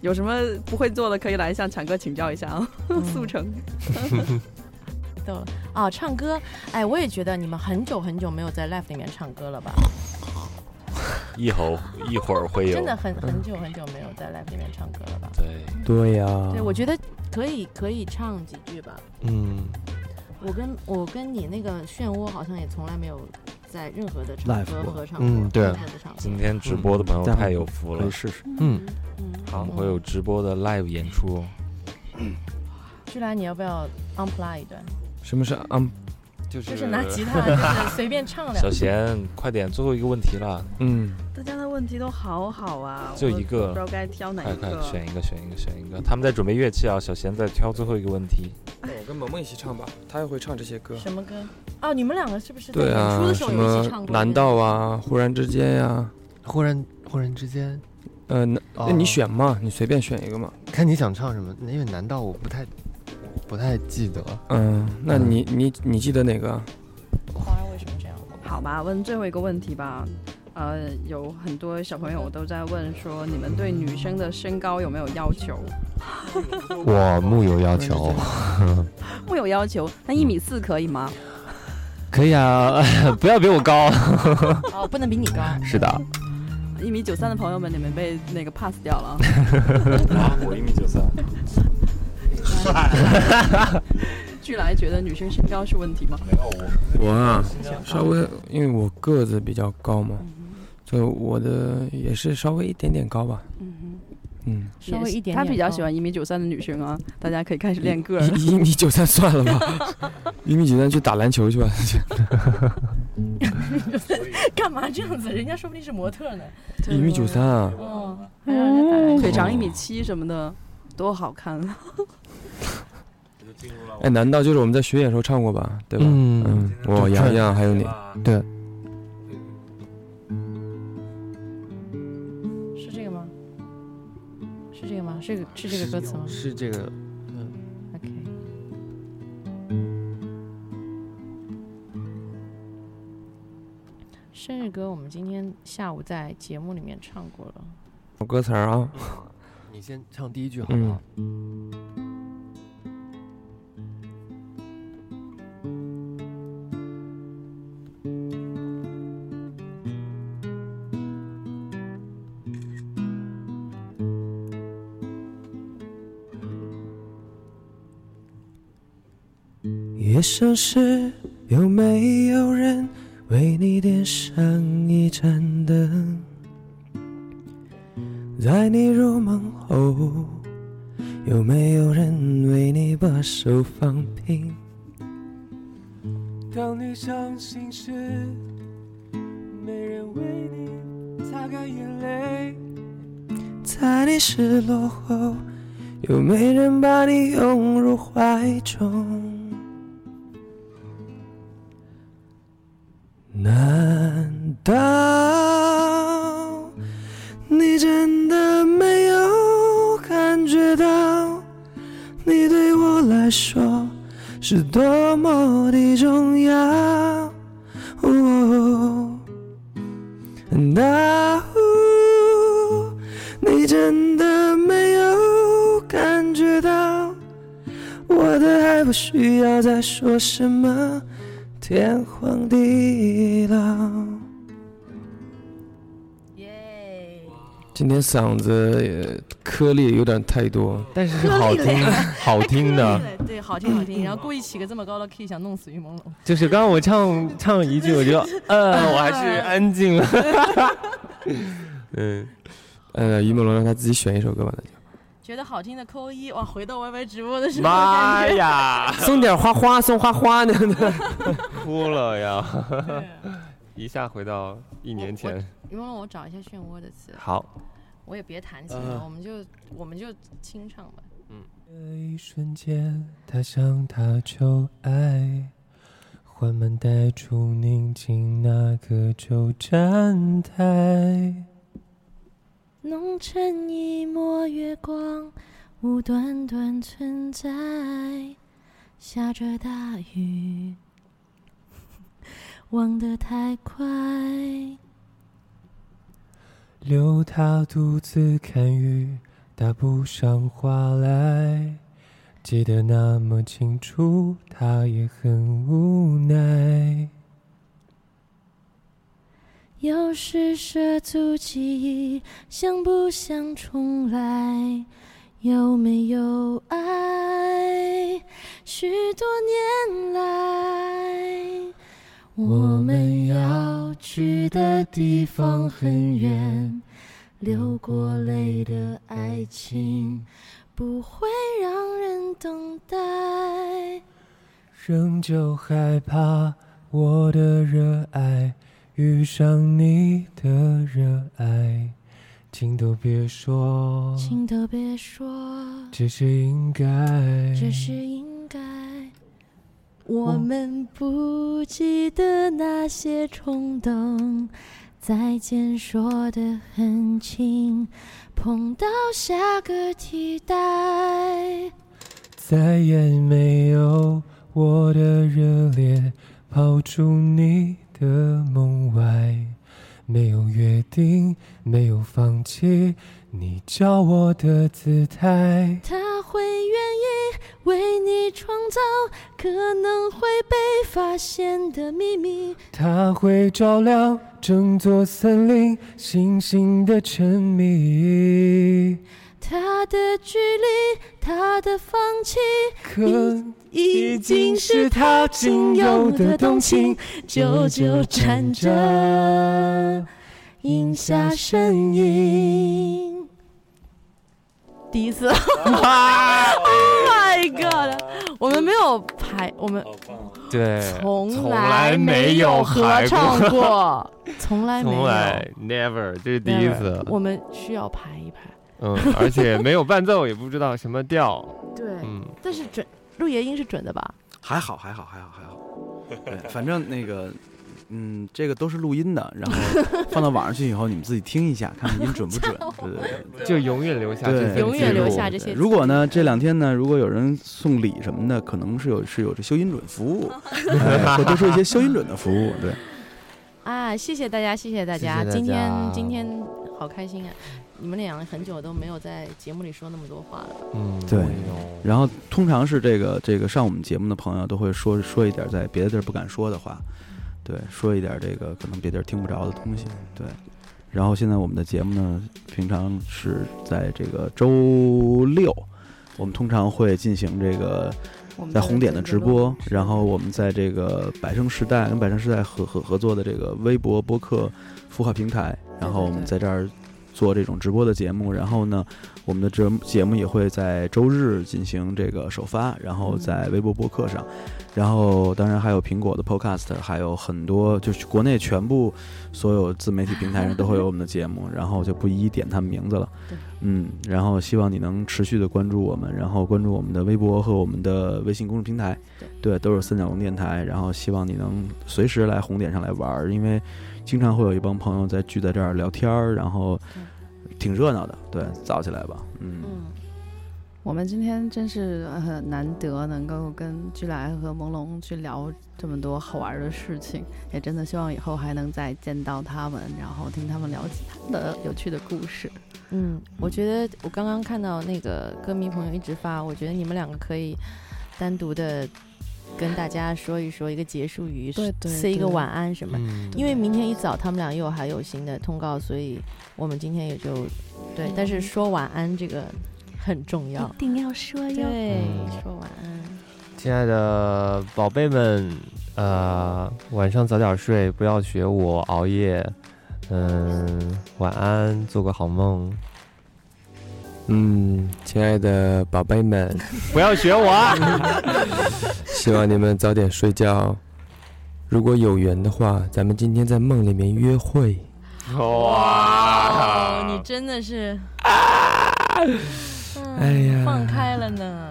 S6: 有什么不会做的可以来向强哥请教一下啊，
S4: 嗯
S6: 速成。
S4: 逗了啊！唱歌，哎，我也觉得你们很久很久没有在 live 里面唱歌了吧？
S8: 一猴一会儿会有嗯
S4: 真的很很久很久没有在 live 里面唱歌了吧？
S8: 对，啊
S1: 对呀、
S4: 对，我觉得可以可以唱几句吧。
S2: 嗯，
S4: 我跟我跟你那个漩涡好像也从来没有在任何的场
S5: Live
S4: 合
S5: 过
S4: 合唱
S2: 嗯对
S4: 任何的场合
S8: 今天直播的朋友
S5: 嗯
S8: 太有福
S5: 可
S8: 了
S5: 以，试试。
S2: 嗯，
S8: 我们会有直播的 live 演出哦。
S4: 居然你要不要 unplug 一段？
S1: 什么是嗯 un
S2: 就是
S4: 就是拿吉他，
S1: 哎
S4: 就是随便唱两
S8: 小贤，快点，最后一个问题了，
S1: 嗯
S6: 大家的问题都好好啊，
S8: 就一个
S6: 我都不知道该挑哪
S8: 快
S6: 一
S8: 快
S6: 个。
S8: 选一个，选一个，选一个。他们在准备乐器啊，小贤在挑最后一个问题。
S1: 我跟萌萌一起唱吧，她也会唱这些歌。
S4: 什么歌？哦，你们两个是 不是在
S1: 对
S4: 演出
S1: 啊，
S4: 的时候
S1: 什
S4: 有一
S1: 么
S4: 起唱过？
S1: 蓝道 啊，忽然之间呀、
S2: 忽然忽然之间，
S1: 呃，那那你选嘛，你随便选一个嘛。
S2: 啊看你想唱什么，因为难道我不太不太记得，
S1: 嗯，那
S2: 嗯
S1: 你你你记得哪个啊？
S4: 好像为什么这样？
S6: 好吧，问最后一个问题吧。呃，有很多小朋友都在问说，你们对女生的身高有没有要求？
S2: 我木有要
S1: 忽然
S2: 求
S1: 之，间
S4: 嗯
S6: 木有要求，那一米四可以吗？
S2: 可以啊， 不要比我高，
S4: 哦，不能比你高。
S2: 是 的，
S6: 一米九三的朋友们，你们被那个 pass 掉了啊。
S8: 啊，我一米九三，
S6: 据来觉得女生身高是问题吗？
S8: 没有我。
S1: 我啊，稍微因为我个子比较高嘛，所以我的也是稍微一点点高吧。
S6: 嗯
S1: 嗯，
S4: 稍微一点点
S6: 他比较
S4: 高
S6: 喜欢一米嗯九三的女生啊，大家可以开始练个儿了。
S1: 一一米九三算了吧，一米九三去打篮球去吧。
S4: 干嘛这样子？人家说不定是模特呢。
S1: 一米九三啊，
S4: 哦，
S6: 哎
S4: 还让人家打篮球
S6: 腿长一米七什么的，多好看！
S1: 哎，难道就是我们在巡演时候唱过吧？对吧？
S2: 嗯
S1: 嗯，我洋洋还有你，
S2: 对，
S4: 是这个吗？是这个吗？是这个是这个歌词吗
S2: 是这个，
S4: ？OK。生日歌我们今天下午在节目里面唱过了。
S1: 我歌词儿 啊，
S2: 你先唱第一句好不
S1: 嗯
S2: 好？。
S3: 夜深时，有没有人为你点上一盏灯？在你入梦后，有没有人为你把手放平？当你伤心时，没人为你擦干眼泪，在你失落后，有没人把你拥入怀中？难道你真的没有感觉到，你对我来说是多么的重要？哦那、你真的没有感觉到我的爱不需要再说什么天荒地老。
S4: 耶，
S1: 今天嗓子也颗粒有点太多，
S2: 但是是好听，好听
S1: 啊
S2: 的。
S4: 对，好听好听。然后故意起个这么高的 key，想弄死于朦 胧。
S2: 就是刚刚我唱唱一句，我就嗯，我还是安静了。嗯，
S1: 呃，于梦龙让他自己选一首歌吧，那
S4: 觉得好听的扣一，哇，回到 YY 直播的时候
S2: 妈
S4: 感觉，
S2: 呀，
S1: 就送点花花，送花花 呢。
S2: 哭了呀！
S4: 对
S2: 一下回到一年前。
S4: 于朦胧，我找一下漩涡的词，
S2: 好，
S4: 我也别弹琴了，我们就我们就清唱吧。
S2: 嗯
S3: 这一瞬间，他向他求爱，缓慢带出宁静那个旧站台。
S9: 浓尘一抹月光，无端端存在。下着大雨，忘得太快。
S3: 留他独自看雨，打不上话来。记得那么清楚，他也很无奈。
S9: 又是涉足记忆，想不想重来？有没有爱？许多年来，我们要去的地方很远，流过泪的爱情
S3: 哦
S9: 不会让人等待。
S3: 仍旧害怕我的热爱遇上你的热爱，请都别说，
S9: 请都别说。
S3: 这是应该。哎
S9: 这是应该。我们不记得那些冲动，再见说得很轻，碰到下个替代。
S3: 再也没有我的热烈跑出你的梦外，没有约定，没有放弃，你教我的姿态。
S9: 他会愿意为你创造可能会被发现的秘密。
S3: 它会照亮整座森林，星星的沉迷。
S9: 他的距离，他的放弃，
S3: 可
S9: 已经是他仅有的动情，久久缠着，印下身影。
S4: 第一次，Oh my God！我们没有排，我们
S2: 对，
S4: 从
S2: 从
S4: 来没有合
S2: 喊
S4: 唱过，从来没有
S2: 从，来 never，这是第一
S4: Never
S2: 次。
S4: 我们需要排一排。
S2: 嗯，而且没有伴奏，也不知道什么调。
S4: 对，
S2: 嗯，
S4: 但是准陆爷音是准的吧？
S5: 还好，还好，还好，还好。对，反正那个，嗯，这个都是录音的，然后放到网上去以后，你们自己听一下，看看音准 不准。对对对。
S2: 就永远留下这份
S5: 对
S4: 永远留
S2: 记录
S4: 下这些。
S5: 如果呢，这两天呢，如果有人送礼什么的，可能是有是有这修音准服 务，哎会多出一些修音准的服务。对，
S4: 啊，谢谢大家，谢谢大家，
S2: 谢谢大
S4: 今天
S2: 家
S4: 今天好开心啊！你们俩很久都没有在节目里说那么多话了，
S2: 嗯，
S5: 对
S2: 哎呦
S5: 然后通常是这个这个上我们节目的朋友都会说说一点在别的地儿不敢说的话，对，说一点这个可能别地儿听不着的东西，对。然后现在我们的节目呢，平常是在这个周六，我们通常会进行这个
S6: 我们
S5: 在
S6: 就
S5: 红点的
S6: 跟着
S5: 直播
S6: 录，
S5: 然后我们在这个百盛时代跟百盛时代合合合作的这个微博播客孵化平台，然后我们在这儿做这种直播的节目，然后呢，我们的节目节目也会在周日进行这个首发，然后在微博播客上，然后当然还有苹果的 Podcast，还有很多就是国内全部所有自媒体平台上都会有我们的节目，然后就不一一点他们名字了
S4: 对。
S5: 嗯，然后希望你能持续的关注我们，然后关注我们的微博和我们的微信公众平台，对，都是三角龙电台。然后希望你能随时来红点上来玩儿，因为经常会有一帮朋友在聚在这儿聊天儿，然后挺热闹的。对，早起来吧，嗯，
S4: 嗯，
S10: 我们今天真是很难得能够跟居来和朦胧去聊这么多好玩的事情，也真的希望以后还能再见到他们，然后听他们聊其他的有趣的故事。
S4: 嗯，我觉得我刚刚看到那个歌迷朋友一直发，我觉得你们两个可以单独的跟大家说一说一个结束语，
S10: 对对
S4: say 一个
S10: 对
S4: 晚安什么。
S2: 嗯，
S4: 因为明天一早他们俩又还有新的通告，所以我们今天也就对。但是说晚安这个很重要，
S9: 嗯定要说哟。
S4: 对
S2: 嗯，
S4: 说晚安，
S2: 亲爱的宝贝们，呃，晚上早点睡，不要学我熬夜。嗯，晚安，做个好梦。
S1: 嗯，亲爱的宝贝们，
S2: 不要学我啊！
S1: 希望你们早点睡觉。如果有缘的话，咱们今天在梦里面约会。
S4: 哇，哦你真的是， 嗯
S1: 哎呀
S4: 放开了呢。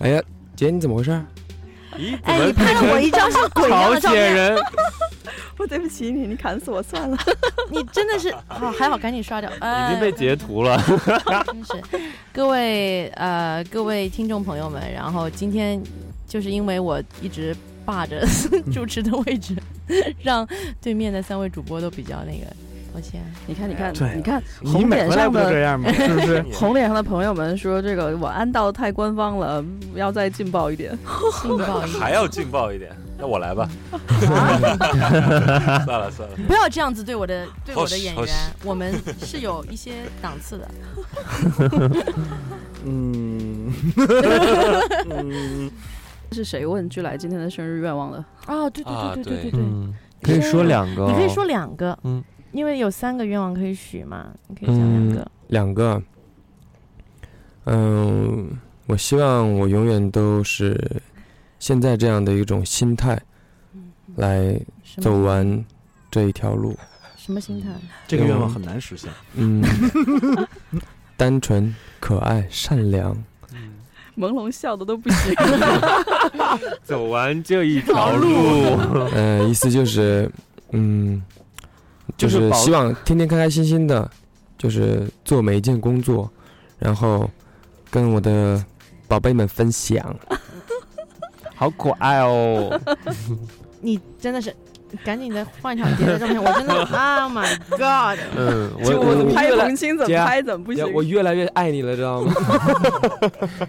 S1: 哎呀，姐你怎么回事儿？
S2: 咦，
S9: 哎，你拍了我一张像鬼一样
S2: 朝
S9: 的照
S2: 鲜
S9: 片，
S2: 人？
S6: 我对不起你，你砍死 我算了。
S4: 你真的是
S10: 啊
S4: 好，还好赶紧刷掉，
S2: 已
S4: 已
S2: 经被截图了。
S4: 真是，各位呃，各位听众朋友们，然后今天就是因为我一直霸着 主持的位置， 让对面的三位主播都比较那个，抱歉。
S10: 你看，你看
S5: 对，啊
S10: 你看，
S5: 你
S10: 红
S5: 每
S10: 点
S5: 回来
S10: 上
S5: 不就
S10: 的
S5: 这样 吗？是不 是？
S10: 红脸上的朋友们说，这个晚安到太官方了，要再劲爆一点。
S4: 劲爆一 点，
S8: 还要劲爆一点，那我来 吧。算了算了，
S4: 不要这样子对我的对
S8: 好
S4: 我的演
S8: 好
S4: 员，我们是有一些档 次的。
S5: 嗯，嗯，
S10: 是谁问居来今天的生日愿望了？
S4: 哦，对
S8: 啊
S4: 对对对
S8: 对
S4: 对对，
S2: 嗯，可以说两个、哦，
S4: 你可以说两个，
S2: 嗯，
S4: 因为有三个愿望可以许嘛，你可以讲两
S5: 嗯
S4: 个。
S1: 两个。嗯，我希望我永远都是现在这样的一种心态
S9: 嗯
S1: 来
S4: 什
S1: 走
S4: 么
S1: 完这一条路。
S4: 什么心态？
S5: 这个愿望很难实现。
S1: 嗯，单纯、可爱、善良。
S6: 朦胧笑的都不 行，
S2: 走完这一条路。
S1: 嗯、意思就是，嗯，就
S2: 就是
S1: 是
S2: 保
S1: 希望天天开开心心的，就是做每一件工作，然后跟我的宝贝们分享。
S2: 好可爱哦！
S4: 你真的是，赶紧再换一场别的照片，我真的，Oh my God！
S2: 嗯，我
S1: 我
S6: 怎么拍
S1: 越来
S6: 同亲怎
S1: 姐
S6: 么
S1: 啊
S6: 拍怎么不行。
S1: 我越来越爱你了，知道吗？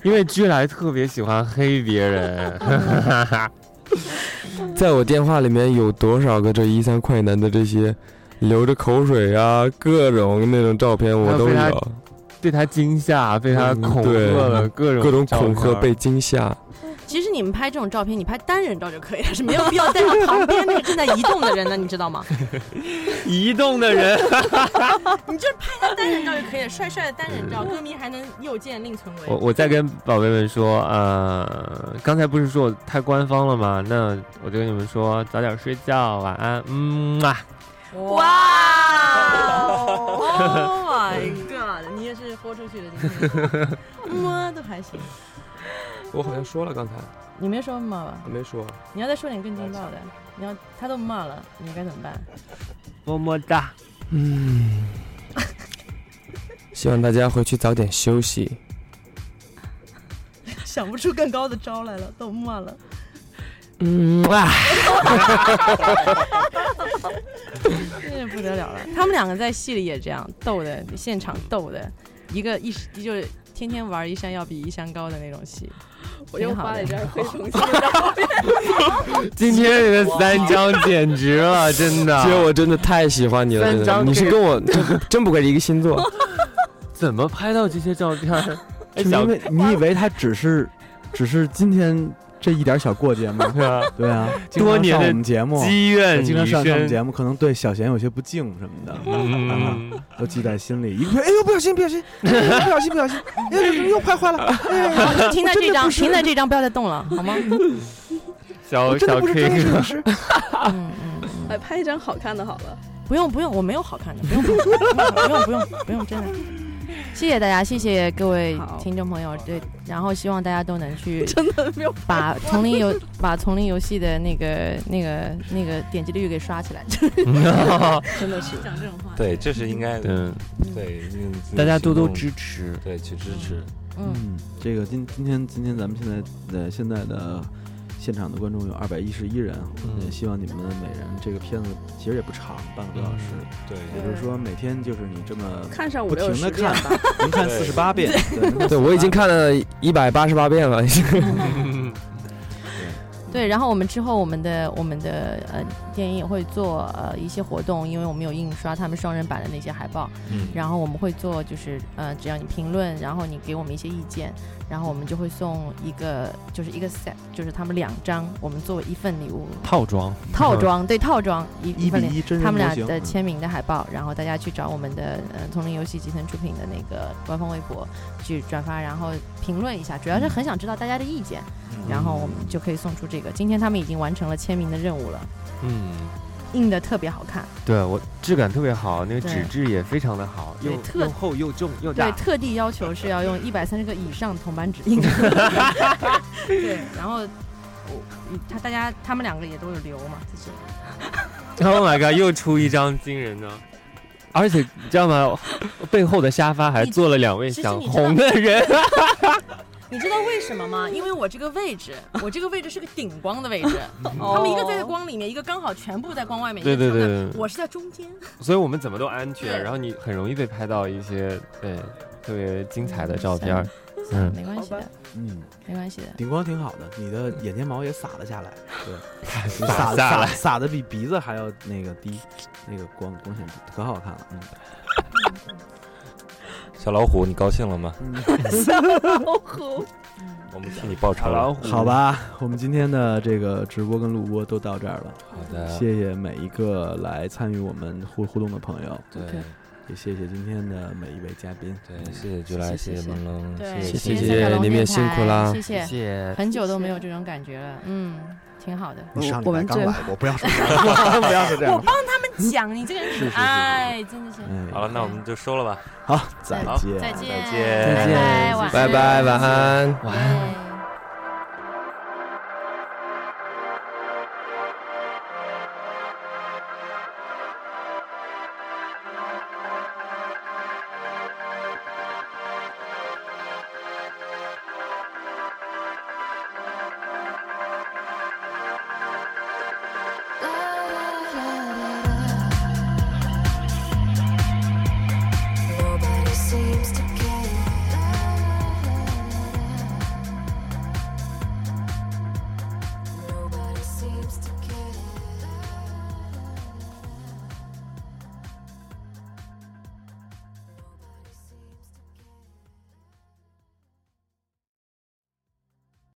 S2: 因为居来特别喜欢黑别人，
S1: 在我电话里面有多少个这一三快男的这些流着口水啊，各种那种照片我都
S2: 还有
S1: 有，
S2: 被他惊吓，被他
S1: 嗯
S2: 恐吓
S1: 对
S2: 了各种
S1: 各种恐
S2: 照
S1: 吓
S2: 片
S1: 被惊吓。
S4: 其实你们拍这种照片，你拍单人照就可以了，是没有必要带上旁边那个正在移动的人的，你知道吗？
S2: 移动的人。
S4: 你就是拍张单人照就可以了，帅帅的单人照，歌迷还能右键另存为。
S2: 我我再跟宝贝们说，呃，刚才不是说我太官方了吗？那我就跟你们说，早点睡觉，晚安，嗯啊。
S4: 哇！Oh my god！你也是豁出去的，今天么都还行。
S1: 我好像说了刚才，
S4: 你没说骂吧？
S1: 没说。
S4: 你要再说点更劲爆的。你要他都骂了，你该怎么办？
S2: 么么哒，
S1: 嗯，希望大家回去早点休息。
S4: 想不出更高的招来了，都骂 了。
S1: 嗯 啊，
S4: 真是不得了了。他们两个在戏里也这样逗的，现场逗的，一个一就是天天玩一山要比一山高的那种戏。
S6: 我又
S4: 挺好
S6: 发了
S4: 的
S6: 一张黑同亲的照片，
S2: 今天你的三张简直了，真的。
S1: 姐，我真的太喜欢你了，
S2: 三
S1: 真的
S2: 张
S1: 你是
S2: 给
S1: 跟我真真不愧是一个星 座。
S2: 怎么拍到这些照片儿？
S5: 就
S2: 哎，
S5: 是
S2: 小
S5: 因为你以为他只是，只是今天这一点小过节吗？
S2: 对啊，
S5: 对啊，经
S2: 多
S5: 常
S2: 年
S5: 上
S2: 的
S5: 我们节目，
S2: 积怨
S5: 经常
S2: 已
S5: 上上我们
S2: 深
S5: 节目，可能对小贤有些不敬什么的，
S2: 嗯
S5: 啊都记在心里。一个说，哎呦，不小心，不小心，哎呦 不小心，不小心，哎呦，怎么 又拍坏了？
S4: 好，
S5: 哎
S4: 就
S5: 呦，
S4: 停在
S5: 我真
S4: 这
S5: 的
S4: 张，
S5: 不是
S4: 停在这张，不要再动了，好吗？
S2: 小
S5: 我真
S2: 小
S5: 的不是
S2: K
S5: 专业摄
S2: 哥
S5: 影， 师。
S4: 嗯嗯嗯，
S6: 哎，拍一张好看的好了。
S4: 不用不用，我没有好看的，不用不用不用不用不用，真的。谢谢大家，谢谢各位
S6: 好
S4: 听众朋友，对，然后希望大家都能去
S6: 真的没有
S4: 把丛林游 把丛林游戏的那个那个那个点击率给刷起来。
S6: 真的是讲这种话。
S8: 对，这是应该的，
S2: 嗯，
S8: 对，嗯
S2: 大家多多，
S8: 自己行
S2: 支持。
S8: 动对，去支持，
S4: 嗯，
S5: 嗯，这个今今天今天咱们现在呃现在的现场的观众有二百一十一人，
S2: 嗯
S5: 也希望你们每人这个片子其实也不长，半个多小时，
S8: 对，
S5: 也就是说每天就是你这么
S6: 看上五
S5: 不
S6: 六
S5: 停
S6: 十
S5: 的
S6: 遍
S5: 看
S6: 吧，
S5: 能看四
S8: 对
S5: 十八 遍，对
S1: 对我已经看了一百八十八遍了，已经。
S4: 对，然后我们之后我们的我们的呃电影也会做呃一些活动，因为我们有印刷他们双人版的那些海报，
S8: 嗯，
S4: 然后我们会做就是呃只要你评论，然后你给我们一些意见，然后我们就会送一个就是一个 set，就是他们两张，我们作为一份礼物
S2: 套装，
S4: 套装，对套装一
S5: 一
S4: 份
S5: 比
S4: 礼物。
S5: 一真人
S4: 他们
S5: 模
S4: 俩
S5: 型
S4: 的
S5: 嗯
S4: 签名的海报，然后大家去找我们的呃丛林游戏集团出品的那个官方微博去转发，然后评论一下，主要是很想知道大家的意见，然后我们就可以送出这个。今天他们已经完成了签名的任务了，
S2: 嗯，
S4: 印的特别好看，
S2: 对我质感特别好，那个
S4: 对
S2: 纸质也非常的好，又
S4: 对特
S2: 又厚又重又
S4: 对，
S2: 大。
S4: 特地要求是要 用一百三十个以上铜版纸印的， 对，然后。我他大家他们两个也都有留嘛，自己
S2: Oh my god，又出一张惊人的。 而且你知道吗？背后的沙发还
S4: 你
S2: 坐了两位
S4: 其实
S2: 想
S4: 你知道
S2: 红的人。
S4: 你知道为什么吗？因为我这个位置，我这个位置是个顶光的位置，他
S6: 他
S4: 们一个在光里面，一个刚好全部在光外面。
S2: 对
S4: 一个
S2: 对
S4: 正
S2: 对
S4: 在
S2: 对
S4: 我是在中间。
S2: 所以我们怎么都安
S4: 对
S2: 全，然后你很容易被拍到一些对特别精彩的照片儿。嗯，
S4: 没关系的，
S5: 嗯，
S4: 没关系的。
S5: 顶光挺好的，你的眼睫毛也洒了下来，对，
S2: 洒
S5: 洒
S2: 下
S5: 洒
S2: 来
S5: 洒的比鼻子还要那个低，那个光光线可好看了，嗯。
S8: 小老虎，你高兴了吗？
S4: 嗯
S6: 老虎，
S8: 我们替你报仇。
S2: 老
S8: 了。
S2: 虎，
S5: 好，吧，我们今天的这个直播跟录播都到这儿了，
S8: 好的，
S5: 谢谢每一个来参与我们互互动的朋友，
S8: 对
S6: OK
S5: 也谢谢今天的每一位嘉宾。
S8: 对，谢谢菊来，谢谢朦胧，
S4: 对，
S1: 谢
S4: 谢
S1: 谢你们也辛苦啦
S4: 谢
S2: 谢
S4: 谢，
S2: 谢。
S4: 很久都没有这种感觉了，嗯，挺好的。
S5: 你上礼
S6: 我
S5: 拜
S6: 们
S5: 刚
S6: 这
S5: 来过，不要说 这样了，不要说这样
S4: 我
S5: 了。
S4: 帮他们讲，你这个
S5: 是是
S4: 人，
S5: 是
S4: 哎，真的是。
S5: 哎
S8: 嗯好了，那我们就收了吧。
S5: 好，再
S8: 好
S5: 见。
S4: 见，
S8: 再见
S1: 拜
S4: 拜拜，晚安
S1: 拜，晚安。
S4: 晚安。